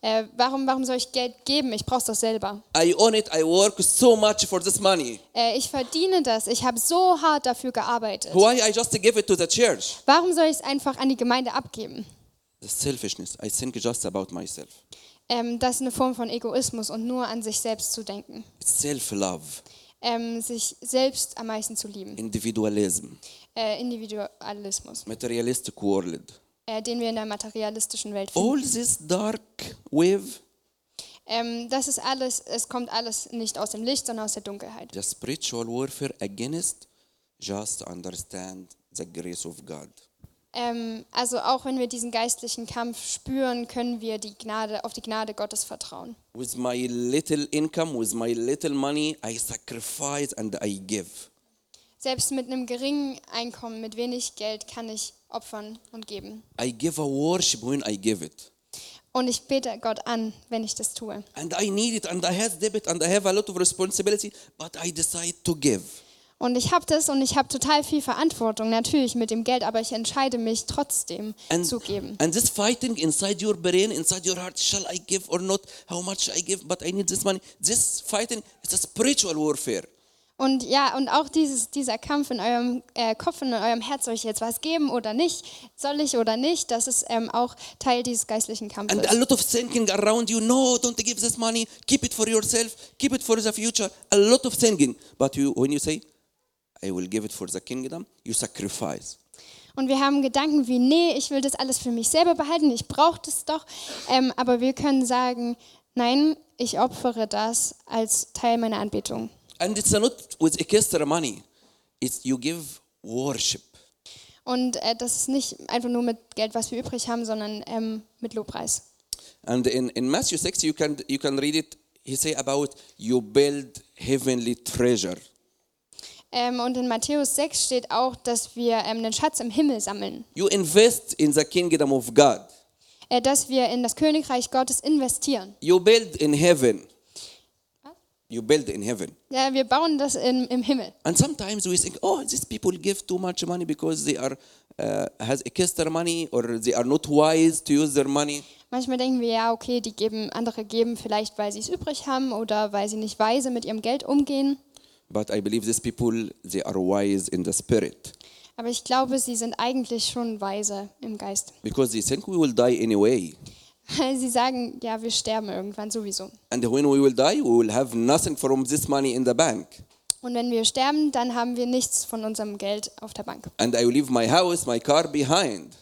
Speaker 2: Äh, warum, warum soll ich Geld geben? Ich brauche es doch selber.
Speaker 3: I own it. I work so much for this money.
Speaker 2: Äh, ich verdiene das. Ich habe so hart dafür gearbeitet.
Speaker 3: Why I just give it to the church?
Speaker 2: Warum soll ich es einfach an die Gemeinde abgeben?
Speaker 3: The selfishness. I think just about myself.
Speaker 2: Ähm, das ist eine Form von Egoismus und nur an sich selbst zu denken.
Speaker 3: It's self-love,
Speaker 2: Ähm, sich selbst am meisten zu lieben.
Speaker 3: individualism,
Speaker 2: Äh, Individualismus,
Speaker 3: materialistic world.
Speaker 2: äh, den wir in der materialistischen Welt finden.
Speaker 3: All this dark wave,
Speaker 2: Ähm, das ist alles, es kommt alles nicht aus dem Licht, sondern aus der Dunkelheit.
Speaker 3: the spiritual warfare against, just understand the grace of God.
Speaker 2: Ähm, also auch wenn wir diesen geistlichen Kampf spüren, können wir die Gnade, auf die Gnade Gottes vertrauen.
Speaker 3: With my little income, with my little money, I sacrifice and I give.
Speaker 2: Selbst mit einem geringen Einkommen, mit wenig Geld kann ich opfern und geben.
Speaker 3: I give a worship when I give it.
Speaker 2: Und ich bete Gott an, wenn ich das tue.
Speaker 3: And I need it, and I have debit, and I have a lot of responsibility, but I decide to give.
Speaker 2: Und ich habe das und ich habe total viel Verantwortung, natürlich mit dem Geld, aber ich entscheide mich trotzdem
Speaker 3: And,
Speaker 2: zu geben.
Speaker 3: and this fighting inside your brain, inside your heart, shall I give or not? How much I give, but I need this money. This fighting is a spiritual warfare.
Speaker 2: Und ja, und auch dieses, dieser Kampf in eurem äh, Kopf und in eurem Herz, soll ich jetzt was geben oder nicht, soll ich oder nicht, das ist ähm, auch Teil dieses geistlichen
Speaker 3: And äh,
Speaker 2: Kampfes.
Speaker 3: a lot of thinking around you, no, don't give this money, keep it for yourself, keep it for the future. A lot of thinking. But you, when you say, I will give it for the kingdom, you sacrifice.
Speaker 2: Und wir haben Gedanken wie, nee, ich will das alles für mich selber behalten, ich brauche das doch. Ähm, aber wir können sagen, nein, ich opfere das als Teil meiner Anbetung.
Speaker 3: And it's not with extra money, it's you give worship.
Speaker 2: Und äh, das ist nicht einfach nur mit Geld, was wir übrig haben, sondern ähm, mit Lobpreis.
Speaker 3: And in, in Matthew 6, you can, you can read it. He say about you build heavenly treasure.
Speaker 2: Ähm, und in Matthäus 6 steht auch, dass wir ähm, einen Schatz im Himmel sammeln.
Speaker 3: You invest in the kingdom of God.
Speaker 2: Äh, dass wir in das Königreich Gottes investieren.
Speaker 3: You build in heaven. You build in heaven.
Speaker 2: Ja, wir bauen das in, im Himmel.
Speaker 3: And sometimes we think, oh, these people give too much money because they are uh, has extra money or they are not wise to use their money.
Speaker 2: Manchmal denken wir, ja, okay, die geben, andere geben vielleicht, weil sie es übrig haben oder weil sie nicht weise mit ihrem Geld umgehen.
Speaker 3: But I believe these people they are wise in the spirit
Speaker 2: Aber ich glaube, sie sind eigentlich schon weise im Geist. [LAUGHS]
Speaker 3: because they think we will die anyway,
Speaker 2: Weil sie sagen, ja, wir sterben irgendwann sowieso.
Speaker 3: and when we will die, we will have nothing from this money in the bank.
Speaker 2: Und wenn wir sterben, dann haben wir nichts von unserem Geld auf der Bank.
Speaker 3: and I will leave my house, my car behind.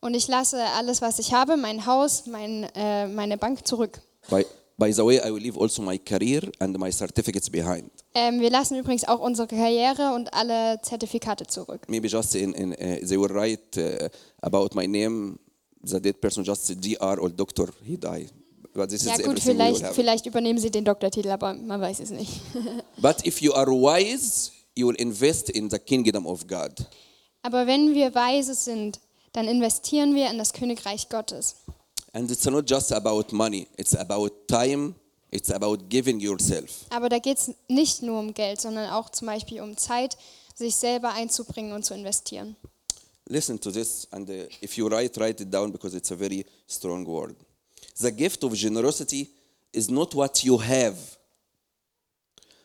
Speaker 2: Und ich lasse alles, was ich habe, mein Haus, mein, äh, meine Bank zurück.
Speaker 3: By, by the way, I will leave also my career and my certificates behind.
Speaker 2: Ähm, wir lassen übrigens auch unsere Karriere und alle Zertifikate zurück.
Speaker 3: Maybe just in, in uh, they will write uh, about my name, the dead person just DR or doctor, he died. But this
Speaker 2: Ja
Speaker 3: is
Speaker 2: gut,
Speaker 3: everything we will
Speaker 2: vielleicht,
Speaker 3: have.
Speaker 2: vielleicht übernehmen sie den Doktortitel, aber man weiß es nicht.
Speaker 3: But if you are wise, you will invest in the kingdom of God.
Speaker 2: Aber wenn wir weise sind, dann investieren wir in das Königreich Gottes.
Speaker 3: And it's not just about money, it's about time, it's about giving yourself.
Speaker 2: Aber da geht es nicht nur um Geld, sondern auch zum Beispiel um Zeit, sich selber einzubringen und zu investieren.
Speaker 3: Listen to this, and uh, if you write, write it down because it's a very strong word. The gift of generosity is not what you have,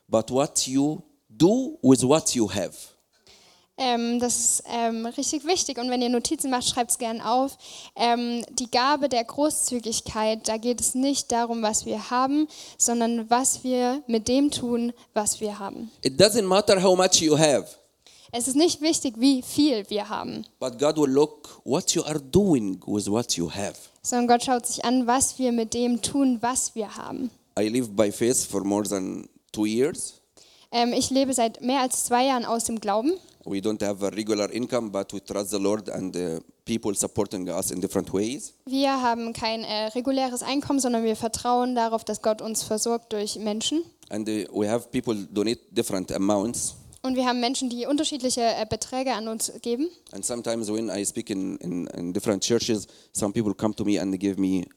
Speaker 3: but what you do with what you have.
Speaker 2: Ähm, das ist ähm, richtig wichtig und wenn ihr Notizen macht, schreibt es gern auf. Ähm, die Gabe der Großzügigkeit, da geht es nicht darum, was wir haben, sondern was wir mit dem tun, was wir haben.
Speaker 3: It doesn't matter how much you have,
Speaker 2: Es ist nicht wichtig, wie viel wir haben,
Speaker 3: but God will look what you are doing with what you have.
Speaker 2: sondern Gott schaut sich an, was wir mit dem tun, was wir haben.
Speaker 3: I live by faith for more than two years.
Speaker 2: Ähm, ich lebe seit mehr als zwei Jahren aus dem Glauben.
Speaker 3: We don't have a regular income, but we trust the Lord and uh, people supporting us in different ways.
Speaker 2: Wir haben kein äh, reguläres Einkommen, sondern wir vertrauen darauf, dass Gott uns versorgt durch Menschen.
Speaker 3: And uh, we have people donate different amounts.
Speaker 2: Und wir haben Menschen, die unterschiedliche äh, Beträge an uns geben.
Speaker 3: And sometimes when I speak in, in, in different churches, some people come to me and they give me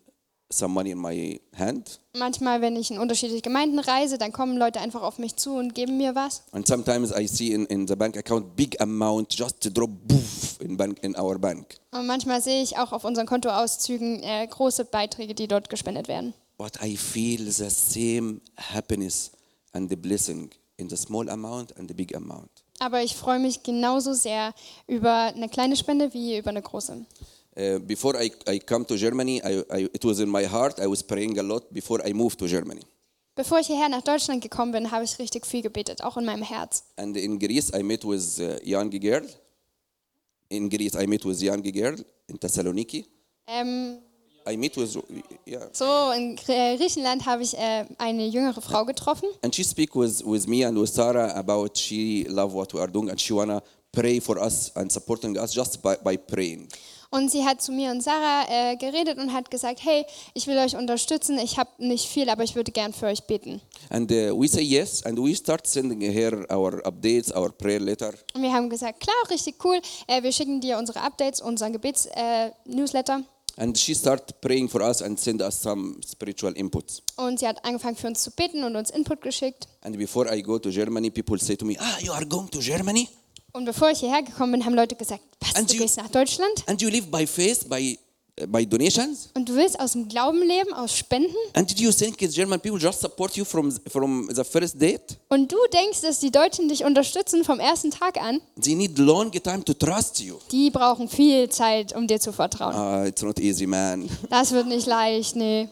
Speaker 3: some money in my hand.
Speaker 2: Manchmal, wenn ich in unterschiedliche Gemeinden reise, dann kommen Leute einfach auf mich zu und geben mir was.
Speaker 3: And sometimes I see in, in the bank account big amount just to drop poof, of in, bank, in our bank.
Speaker 2: Und manchmal sehe ich auch auf unseren Kontoauszügen äh, große Beiträge, die dort gespendet werden.
Speaker 3: But I feel the same happiness and the blessing in the small amount and the big amount.
Speaker 2: Aber ich freue mich genauso sehr über eine kleine Spende wie über eine große.
Speaker 3: Uh, before I, I come to Germany, I, I, it was in my heart. I was praying a lot before I moved to Germany.
Speaker 2: Bevor ich hierher nach Deutschland gekommen bin, habe ich richtig viel gebetet, auch in meinem Herz.
Speaker 3: And in Greece, I met with uh, young girl. In Greece, I met with young girl in Thessaloniki.
Speaker 2: Ähm,
Speaker 3: I met with yeah,
Speaker 2: so, in Gr- Griechenland habe ich äh, eine jüngere Frau getroffen.
Speaker 3: and she speak with, with me and with Sarah about she love what we are doing and she wanna pray for us and supporting us just by, by praying.
Speaker 2: Und sie hat zu mir und Sarah äh, geredet und hat gesagt, hey, ich will euch unterstützen, ich habe nicht viel, aber ich würde gern für euch beten.
Speaker 3: And uh, we say yes, and we start sending her our updates, our prayer letter.
Speaker 2: Und wir haben gesagt, klar, richtig cool, äh, wir schicken dir unsere Updates, unseren Gebets-Newsletter. Äh, Newsletter."
Speaker 3: And she start praying for us and send us some spiritual inputs.
Speaker 2: und sie hat angefangen für uns zu beten und uns Input geschickt.
Speaker 3: And before I go to Germany, people say to me, Ah, you are going to Germany?
Speaker 2: Und bevor ich hierher gekommen bin, haben Leute gesagt, was,
Speaker 3: And
Speaker 2: du
Speaker 3: you-
Speaker 2: gehst nach Deutschland
Speaker 3: And you live by faith, by, uh, by donations?
Speaker 2: und du willst aus dem Glauben leben, aus Spenden?
Speaker 3: And did you think German people just support you from, from the first date?
Speaker 2: Und du denkst, dass die Deutschen dich unterstützen vom ersten Tag an?
Speaker 3: They need long time to trust you.
Speaker 2: Die brauchen viel Zeit, um dir zu vertrauen.
Speaker 3: Ah, it's not easy, man. [LAUGHS]
Speaker 2: Das wird nicht leicht, nee.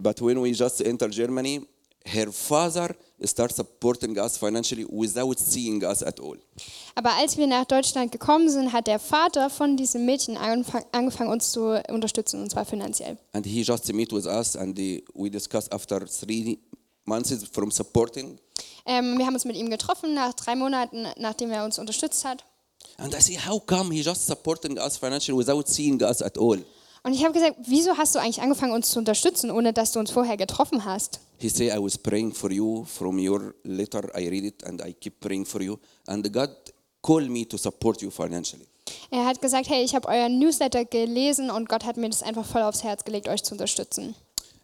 Speaker 3: But when we just enter Germany, her father starts supporting us financially without seeing us at all.
Speaker 2: Aber als wir nach Deutschland gekommen sind, hat der Vater von diesem Mädchen angefang, angefangen, uns zu unterstützen, und zwar finanziell.
Speaker 3: And he just meet with us and he- we discuss after three months from supporting.
Speaker 2: Ähm, wir haben uns mit ihm getroffen, nach drei Monaten, nachdem er uns unterstützt hat.
Speaker 3: And I say, how come he just supporting us financially without seeing us at all?
Speaker 2: Und ich habe gesagt, wieso hast du eigentlich angefangen, uns zu unterstützen, ohne dass du uns vorher getroffen hast?
Speaker 3: He say, I was praying for you from your letter. I read it and I keep praying for you. And God called me to support you financially.
Speaker 2: Er hat gesagt, hey, ich habe euren Newsletter gelesen und Gott hat mir das einfach voll aufs Herz gelegt, euch zu unterstützen.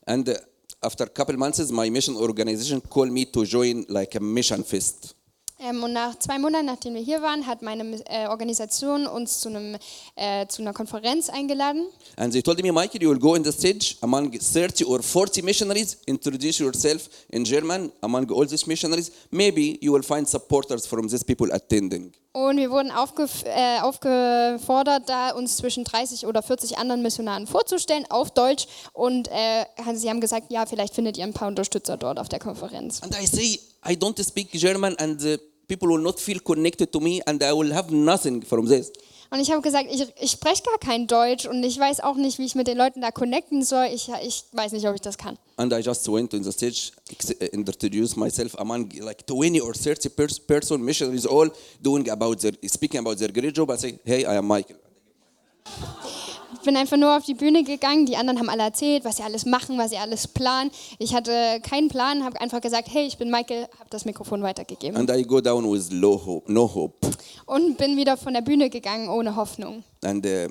Speaker 3: And uh, after a couple months, my mission organization called me to join like a mission fest.
Speaker 2: Ähm, und nach zwei Monaten, nachdem wir hier waren, hat meine äh, Organisation uns zu, einem, äh, zu einer Konferenz eingeladen.
Speaker 3: And they told me, Michael, you will go on the stage among 30 or 40 missionaries, introduce yourself in German among all these missionaries. Maybe you will find supporters from these people attending.
Speaker 2: Und wir wurden aufgef äh, aufgefordert, da uns zwischen 30 oder 40 anderen Missionaren vorzustellen, auf Deutsch. Und äh, sie haben gesagt, ja, vielleicht findet ihr ein paar Unterstützer dort auf der Konferenz.
Speaker 3: And I say, I don't speak German, and the people will not feel connected to me, and I will have nothing from this.
Speaker 2: Und ich habe gesagt, ich, ich spreche gar kein Deutsch und ich weiß auch nicht, wie ich mit den Leuten da connecten soll. Ich, ich weiß nicht, ob ich das kann.
Speaker 3: And I just went on the stage, ex- uh, introduced myself among like 20 or 30 pers- person missionaries, all doing about their, speaking about their great job. I say, hey, I am Michael.
Speaker 2: Ich bin einfach nur auf die Bühne gegangen. Die anderen haben alle erzählt, was sie alles machen, was sie alles planen. Ich hatte keinen Plan, habe einfach gesagt, hey, ich bin Michael, habe das Mikrofon weitergegeben
Speaker 3: And I go down with low hope, no hope.
Speaker 2: und bin wieder von der Bühne gegangen ohne Hoffnung.
Speaker 3: And uh,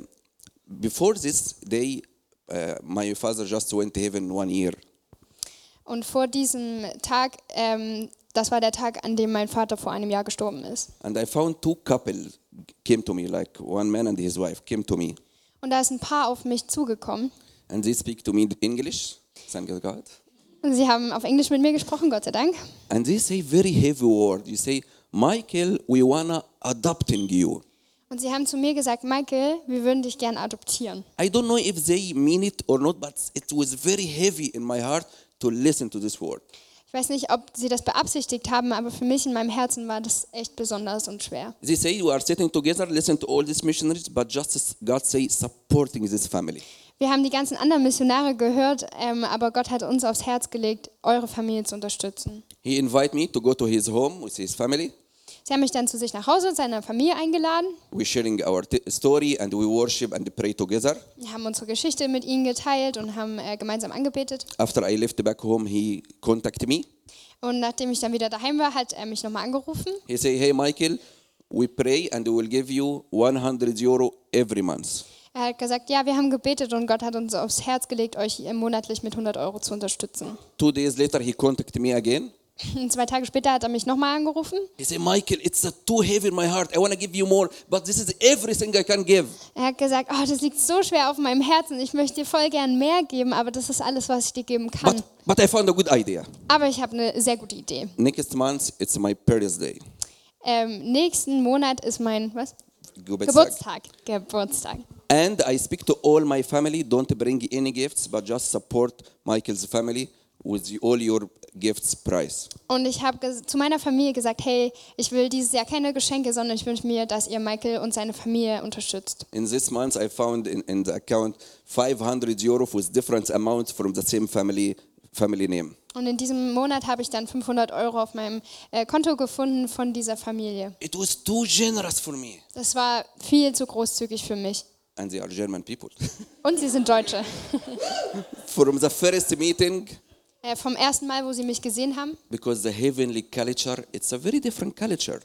Speaker 3: before this day, uh, my father just went to heaven one year.
Speaker 2: Und vor diesem Tag, ähm, das war der Tag, an dem mein Vater vor einem Jahr gestorben ist.
Speaker 3: And I found two couple came to me, like one man and his wife came to me.
Speaker 2: Und da ist ein Paar auf mich zugekommen.
Speaker 3: And they speak to me in English, thank God.
Speaker 2: Und sie haben auf Englisch mit mir gesprochen, Gott sei Dank.
Speaker 3: And they say very heavy word. You say, Michael, we wanna adopting you.
Speaker 2: Und sie haben zu mir gesagt, Michael, wir würden dich gern adoptieren.
Speaker 3: I don't know if they mean it or not, but it was very heavy in my heart to listen to this word.
Speaker 2: Ich weiß nicht, ob sie das beabsichtigt haben, aber für mich in meinem Herzen war das echt besonders und schwer.
Speaker 3: They say we are sitting together, listen to all these missionaries, but just as God say supporting this family.
Speaker 2: Wir haben die ganzen anderen Missionare gehört, ähm, aber Gott hat uns aufs Herz gelegt, eure Familie zu unterstützen.
Speaker 3: He invited me to go to his home with his family.
Speaker 2: Sie haben mich dann zu sich nach Hause und seiner Familie eingeladen.
Speaker 3: We're sharing our t- story and we worship and pray together.
Speaker 2: Wir haben unsere Geschichte mit ihnen geteilt und haben äh, gemeinsam angebetet.
Speaker 3: After I left back home, he contacted me.
Speaker 2: Und nachdem ich dann wieder daheim war, hat er mich nochmal angerufen.
Speaker 3: He say, "Hey Michael, we pray and we will give you 100 euro every month."
Speaker 2: Er hat gesagt, ja, wir haben gebetet und Gott hat uns aufs Herz gelegt, euch äh, monatlich mit 100 Euro zu unterstützen.
Speaker 3: Two days later, he contacted me again.
Speaker 2: Zwei Tage später hat er mich nochmal angerufen.
Speaker 3: He said, Michael, it's uh, too heavy in my heart. I want to give you more, but this is everything I can give.
Speaker 2: Er hat gesagt, oh, das liegt so schwer auf meinem Herzen. Ich möchte dir voll gern mehr geben, aber das ist alles, was ich dir geben kann.
Speaker 3: But, but I found a good idea.
Speaker 2: Aber ich habe eine sehr gute Idee.
Speaker 3: Next month, it's my birthday.
Speaker 2: Ähm, nächsten Monat ist mein was?
Speaker 3: Geburtstag.
Speaker 2: Geburtstag. Geburtstag.
Speaker 3: And I speak to all my family. Don't bring any gifts, but just support Michael's family with all your gifts price.
Speaker 2: Und ich habe zu meiner Familie gesagt, hey, ich will dieses Jahr keine Geschenke, sondern ich wünsche mir, dass ihr Michael und seine Familie unterstützt.
Speaker 3: In this month, I found in, in the account 500 euro with different amounts from the same family family name.
Speaker 2: Und in diesem Monat habe ich dann 500 Euro auf meinem äh, Konto gefunden von dieser Familie.
Speaker 3: It was too generous for me.
Speaker 2: Das war viel zu großzügig für mich.
Speaker 3: And they are German people. [LAUGHS]
Speaker 2: Und sie sind Deutsche.
Speaker 3: from the first meeting,
Speaker 2: Äh, vom ersten Mal, wo sie mich gesehen haben,
Speaker 3: because the heavenly culture, it's a very different culture.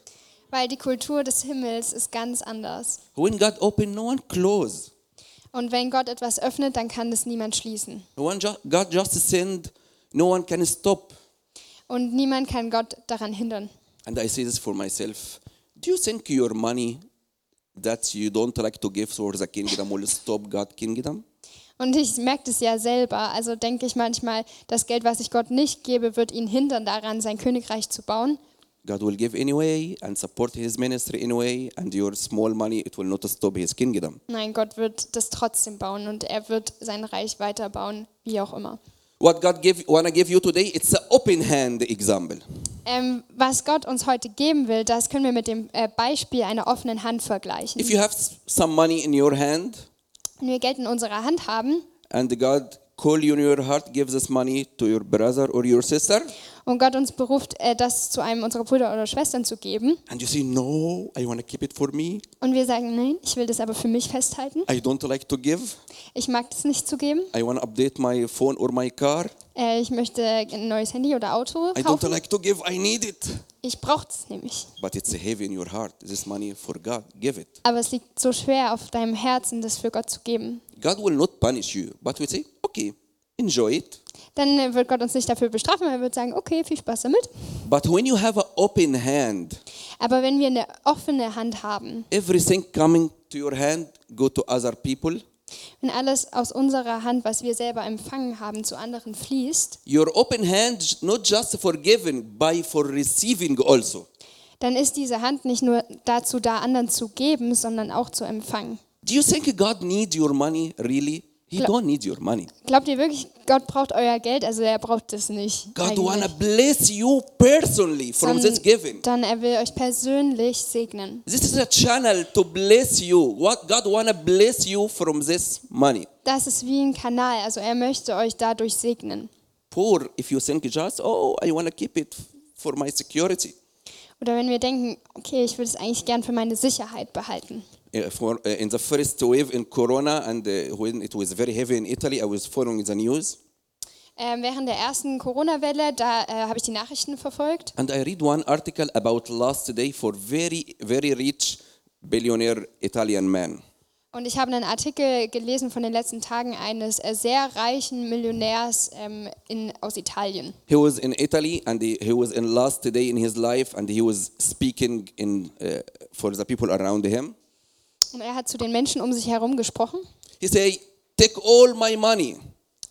Speaker 2: weil die Kultur des Himmels ist ganz anders.
Speaker 3: When God opened, no one closed.
Speaker 2: Und wenn Gott etwas öffnet, dann kann es niemand schließen.
Speaker 3: When ju- God just sent, no one can stop.
Speaker 2: Und niemand kann Gott daran hindern.
Speaker 3: And I say this for myself. Do you think your money that you don't like to give towards the kingdom will stop God kingdom?
Speaker 2: Und ich merke das ja selber. Also denke ich manchmal, das Geld, was ich Gott nicht gebe, wird ihn hindern daran, sein Königreich zu bauen.
Speaker 3: God will give anyway and support his ministry anyway, and your small money, it will not stop his kingdom.
Speaker 2: Nein, Gott wird das trotzdem bauen und er wird sein Reich weiterbauen, wie auch immer.
Speaker 3: What God give, wanna give you today, it's an open hand example.
Speaker 2: Ähm, was Gott uns heute geben will, das können wir mit dem äh, Beispiel einer offenen Hand vergleichen.
Speaker 3: If you have s- some money in your hand
Speaker 2: Wenn wir Geld in unserer Hand haben
Speaker 3: and God call you in your heart, give this money to your brother or your sister,
Speaker 2: und Gott uns beruft, äh, das zu einem unserer Brüder oder Schwestern zu geben
Speaker 3: and you say, no, I wanna keep it for me.
Speaker 2: und wir sagen, nein, ich will das aber für mich festhalten,
Speaker 3: I don't like to give.
Speaker 2: ich mag das nicht zu geben,
Speaker 3: I wanna update my phone or my car.
Speaker 2: äh, ich möchte ein neues Handy oder Auto
Speaker 3: I don't
Speaker 2: kaufen,
Speaker 3: like to give, I need it.
Speaker 2: ich brauche es nämlich.
Speaker 3: But it's heavy in your heart. This money for God, give it.
Speaker 2: Aber es liegt so schwer auf deinem Herzen, das für Gott zu geben.
Speaker 3: God will not punish you, but we say, okay, enjoy it.
Speaker 2: Dann äh, wird Gott uns nicht dafür bestrafen, er wird sagen, okay, viel Spaß damit.
Speaker 3: But when you have an open hand,
Speaker 2: Aber wenn wir eine offene Hand haben,
Speaker 3: everything coming to your hand go to other people.
Speaker 2: wenn alles aus unserer Hand, was wir selber empfangen haben, zu anderen fließt,
Speaker 3: Your open hand not just for giving, but for receiving also.
Speaker 2: dann ist diese Hand nicht nur dazu da, anderen zu geben, sondern auch zu empfangen.
Speaker 3: Do you think God needs your money really? He
Speaker 2: Cla-
Speaker 3: don't need your money.
Speaker 2: Glaubt ihr wirklich, Gott braucht euer Geld? Also er braucht es nicht.
Speaker 3: God
Speaker 2: eigentlich.
Speaker 3: wanna bless you personally from
Speaker 2: Sondern-
Speaker 3: this giving.
Speaker 2: Dann er will euch persönlich segnen.
Speaker 3: This is a channel to bless you. What God wanna bless you from this money.
Speaker 2: Das ist wie ein Kanal. Also er möchte euch dadurch segnen.
Speaker 3: Poor if you think just oh I wanna keep it for my security.
Speaker 2: Oder wenn wir denken, okay, ich würde es eigentlich gern für meine Sicherheit behalten.
Speaker 3: Uh, for, uh, in the first wave in Corona, and uh, when it was very heavy in Italy, I was following the news,
Speaker 2: Ähm, während der ersten Corona-Welle, da äh, habe ich die Nachrichten verfolgt.
Speaker 3: and I read one article about last day for very, very rich billionaire Italian man.
Speaker 2: Und ich habe einen Artikel gelesen von den letzten Tagen eines äh, sehr reichen Millionärs ähm, in, aus Italien.
Speaker 3: He was in Italy, and he, he was in last day in his life, and he was speaking in uh, for the people around him.
Speaker 2: Und er hat zu den Menschen um sich herum gesprochen.
Speaker 3: He say, "Take all my money,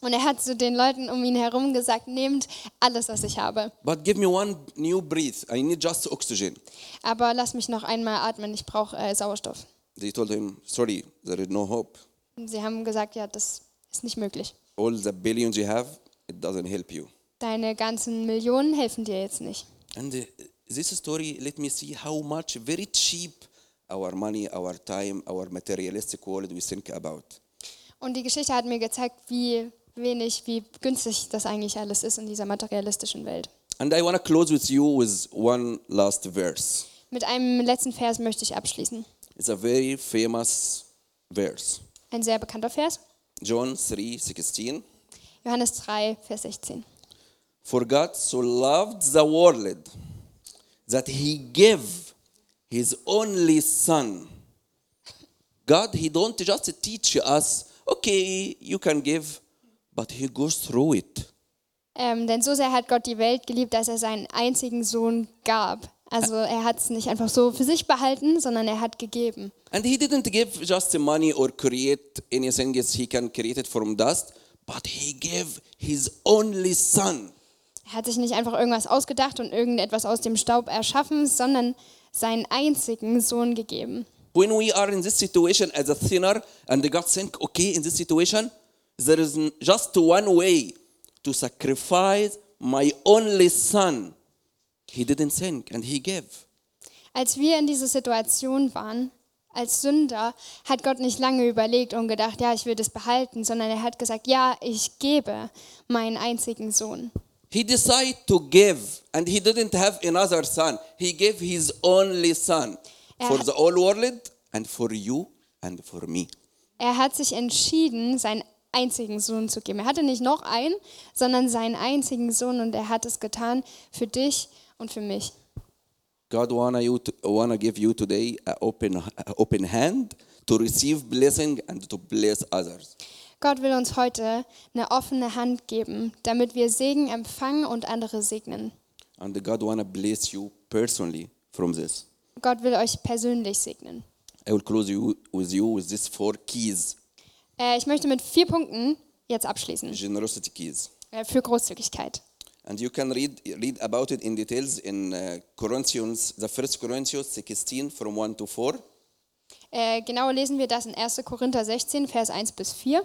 Speaker 2: Und er hat zu den Leuten um ihn herum gesagt, nehmt alles, was ich habe.
Speaker 3: but give me one new breath. I need just oxygen."
Speaker 2: Aber lass mich noch einmal atmen, ich brauche äh, Sauerstoff.
Speaker 3: They told him, "Sorry, there is no hope.
Speaker 2: Und sie haben gesagt, ja, das ist nicht möglich.
Speaker 3: All the billions you have, it doesn't help you."
Speaker 2: Deine ganzen Millionen helfen dir jetzt nicht.
Speaker 3: And uh, this story let me see how much very cheap our money, our time, our materialistic world we think about.
Speaker 2: Und die Geschichte hat mir gezeigt, wie wenig, wie günstig das eigentlich alles ist in dieser materialistischen Welt.
Speaker 3: And I want to close with you with one last verse.
Speaker 2: Mit einem letzten Vers möchte ich abschließen.
Speaker 3: It's a very famous verse.
Speaker 2: Ein sehr bekannter Vers.
Speaker 3: John 3:16.
Speaker 2: Johannes 3, Vers 16.
Speaker 3: For God so loved the world that he gave his only son. God, he don't just teach us, okay, you can give, but he goes through it.
Speaker 2: Ähm, Ähm, denn so sehr hat Gott die Welt geliebt, dass er seinen einzigen Sohn gab. Also er hat es nicht einfach so für sich behalten, sondern er hat gegeben.
Speaker 3: And he didn't give just money or create anything as he can create it from dust, but he gave his only son.
Speaker 2: Er hat sich nicht einfach irgendwas ausgedacht und irgendetwas aus dem Staub erschaffen, sondern seinen einzigen Sohn gegeben.
Speaker 3: When we are in this situation as a sinner, and God think, okay, in this situation, there is n- just one way to sacrifice my only son. He didn't think, and he gave.
Speaker 2: Als wir in dieser Situation waren, als Sünder, hat Gott nicht lange überlegt und gedacht, ja, ich will das behalten, sondern er hat gesagt, ja, ich gebe meinen einzigen Sohn.
Speaker 3: He decided to give, and he didn't have another son. He gave his only son for
Speaker 2: Yeah.
Speaker 3: the whole world and for you and for me.
Speaker 2: Er hat sich entschieden, seinen einzigen Sohn zu geben. Er hatte nicht noch einen, sondern seinen einzigen Sohn und er hat es getan für dich und für mich.
Speaker 3: God wanna you to, wanna give you today an open a open hand to receive blessing and to bless others.
Speaker 2: Gott will uns heute eine offene Hand geben, damit wir Segen empfangen und andere segnen.
Speaker 3: And God wanna bless you personally from this.
Speaker 2: Gott will euch persönlich segnen.
Speaker 3: I will close you with you with these four keys,
Speaker 2: Äh, ich möchte mit vier Punkten jetzt abschließen
Speaker 3: generosity keys.
Speaker 2: äh, für Großzügigkeit.
Speaker 3: And you can read read about it in details in uh, Corinthians, the first Corinthians 16 from 1 to 4.
Speaker 2: Äh, genau lesen wir das in 1. Korinther 16, Vers 1 bis 4.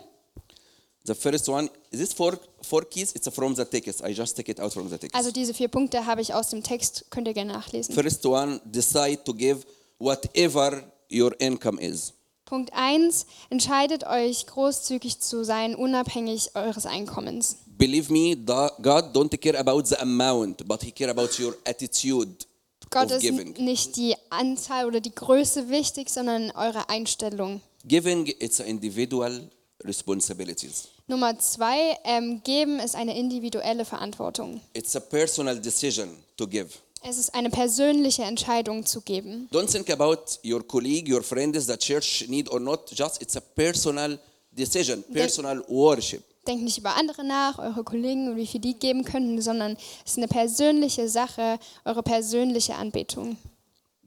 Speaker 3: The first one, this four four keys, it's from the text. I just take it out from the text.
Speaker 2: Also diese vier Punkte habe ich aus dem Text, könnt ihr gerne nachlesen.
Speaker 3: First one, decide to give whatever your income is.
Speaker 2: Punkt 1. Entscheidet euch, großzügig zu sein, unabhängig eures Einkommens.
Speaker 3: Believe me, da- God don't care about the amount, but He care about your attitude
Speaker 2: Gott
Speaker 3: of
Speaker 2: ist
Speaker 3: giving.
Speaker 2: nicht die Anzahl oder die Größe wichtig, sondern eure Einstellung.
Speaker 3: Giving it's an individual responsibilities.
Speaker 2: Nummer zwei, ähm, geben ist eine individuelle Verantwortung.
Speaker 3: It's a personal decision to give.
Speaker 2: Es ist eine persönliche Entscheidung zu geben.
Speaker 3: Don't think about your colleague, your friends, the church need or not. Just it's a personal decision, personal worship.
Speaker 2: Denkt nicht über andere nach, eure Kollegen und wie viel die geben könnten, sondern es ist eine persönliche Sache, eure persönliche Anbetung.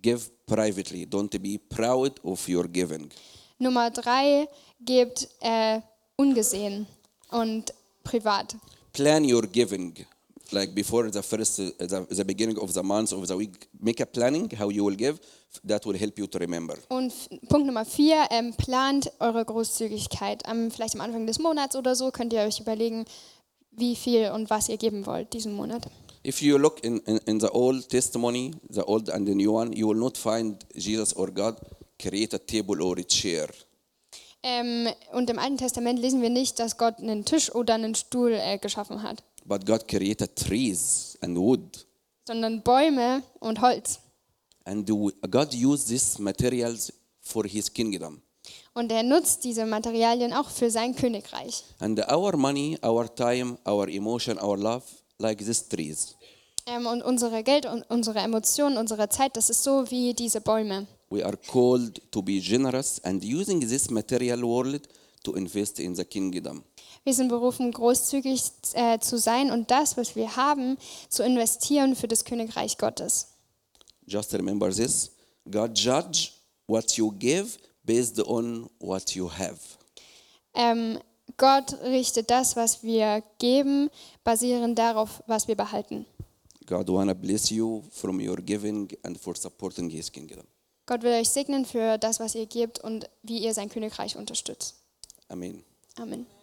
Speaker 3: Give privately. Don't be proud of your giving.
Speaker 2: Nummer drei, gebt äh, ungesehen und privat.
Speaker 3: plan your giving like before the first uh, the, the beginning of the month of the week make a planning how you will give that will help you to remember
Speaker 2: Und f- Punkt Nummer vier, ähm, plant eure Großzügigkeit. Am, vielleicht am Anfang des Monats oder so könnt ihr euch überlegen, wie viel und was ihr geben wollt diesen Monat.
Speaker 3: if you look in, in, in the old testimony the old and the new one you will not find jesus or god create a table or a chair
Speaker 2: Ähm, und im Alten Testament lesen wir nicht, dass Gott einen Tisch oder einen Stuhl äh, geschaffen hat,
Speaker 3: but god created trees and wood
Speaker 2: sondern Bäume und Holz.
Speaker 3: and we- god used these materials for his kingdom
Speaker 2: Und er nutzt diese Materialien auch für sein Königreich.
Speaker 3: and our money our time our emotion our love like these trees
Speaker 2: Ähm, und unsere Geld und unsere Emotionen, unsere Zeit, das ist so wie diese Bäume.
Speaker 3: We are called to be generous and using this material world to invest in the kingdom.
Speaker 2: Wir sind berufen, großzügig äh, zu sein und das, was wir haben, zu investieren für das Königreich Gottes.
Speaker 3: Just remember this God judge what you give based on what you have.
Speaker 2: Ähm, Gott richtet das, was wir geben, basierend darauf, was wir behalten.
Speaker 3: God wanna bless you from your giving and for supporting his kingdom.
Speaker 2: Gott will euch segnen für das, was ihr gebt und wie ihr sein Königreich unterstützt.
Speaker 3: Amen.
Speaker 2: Amen.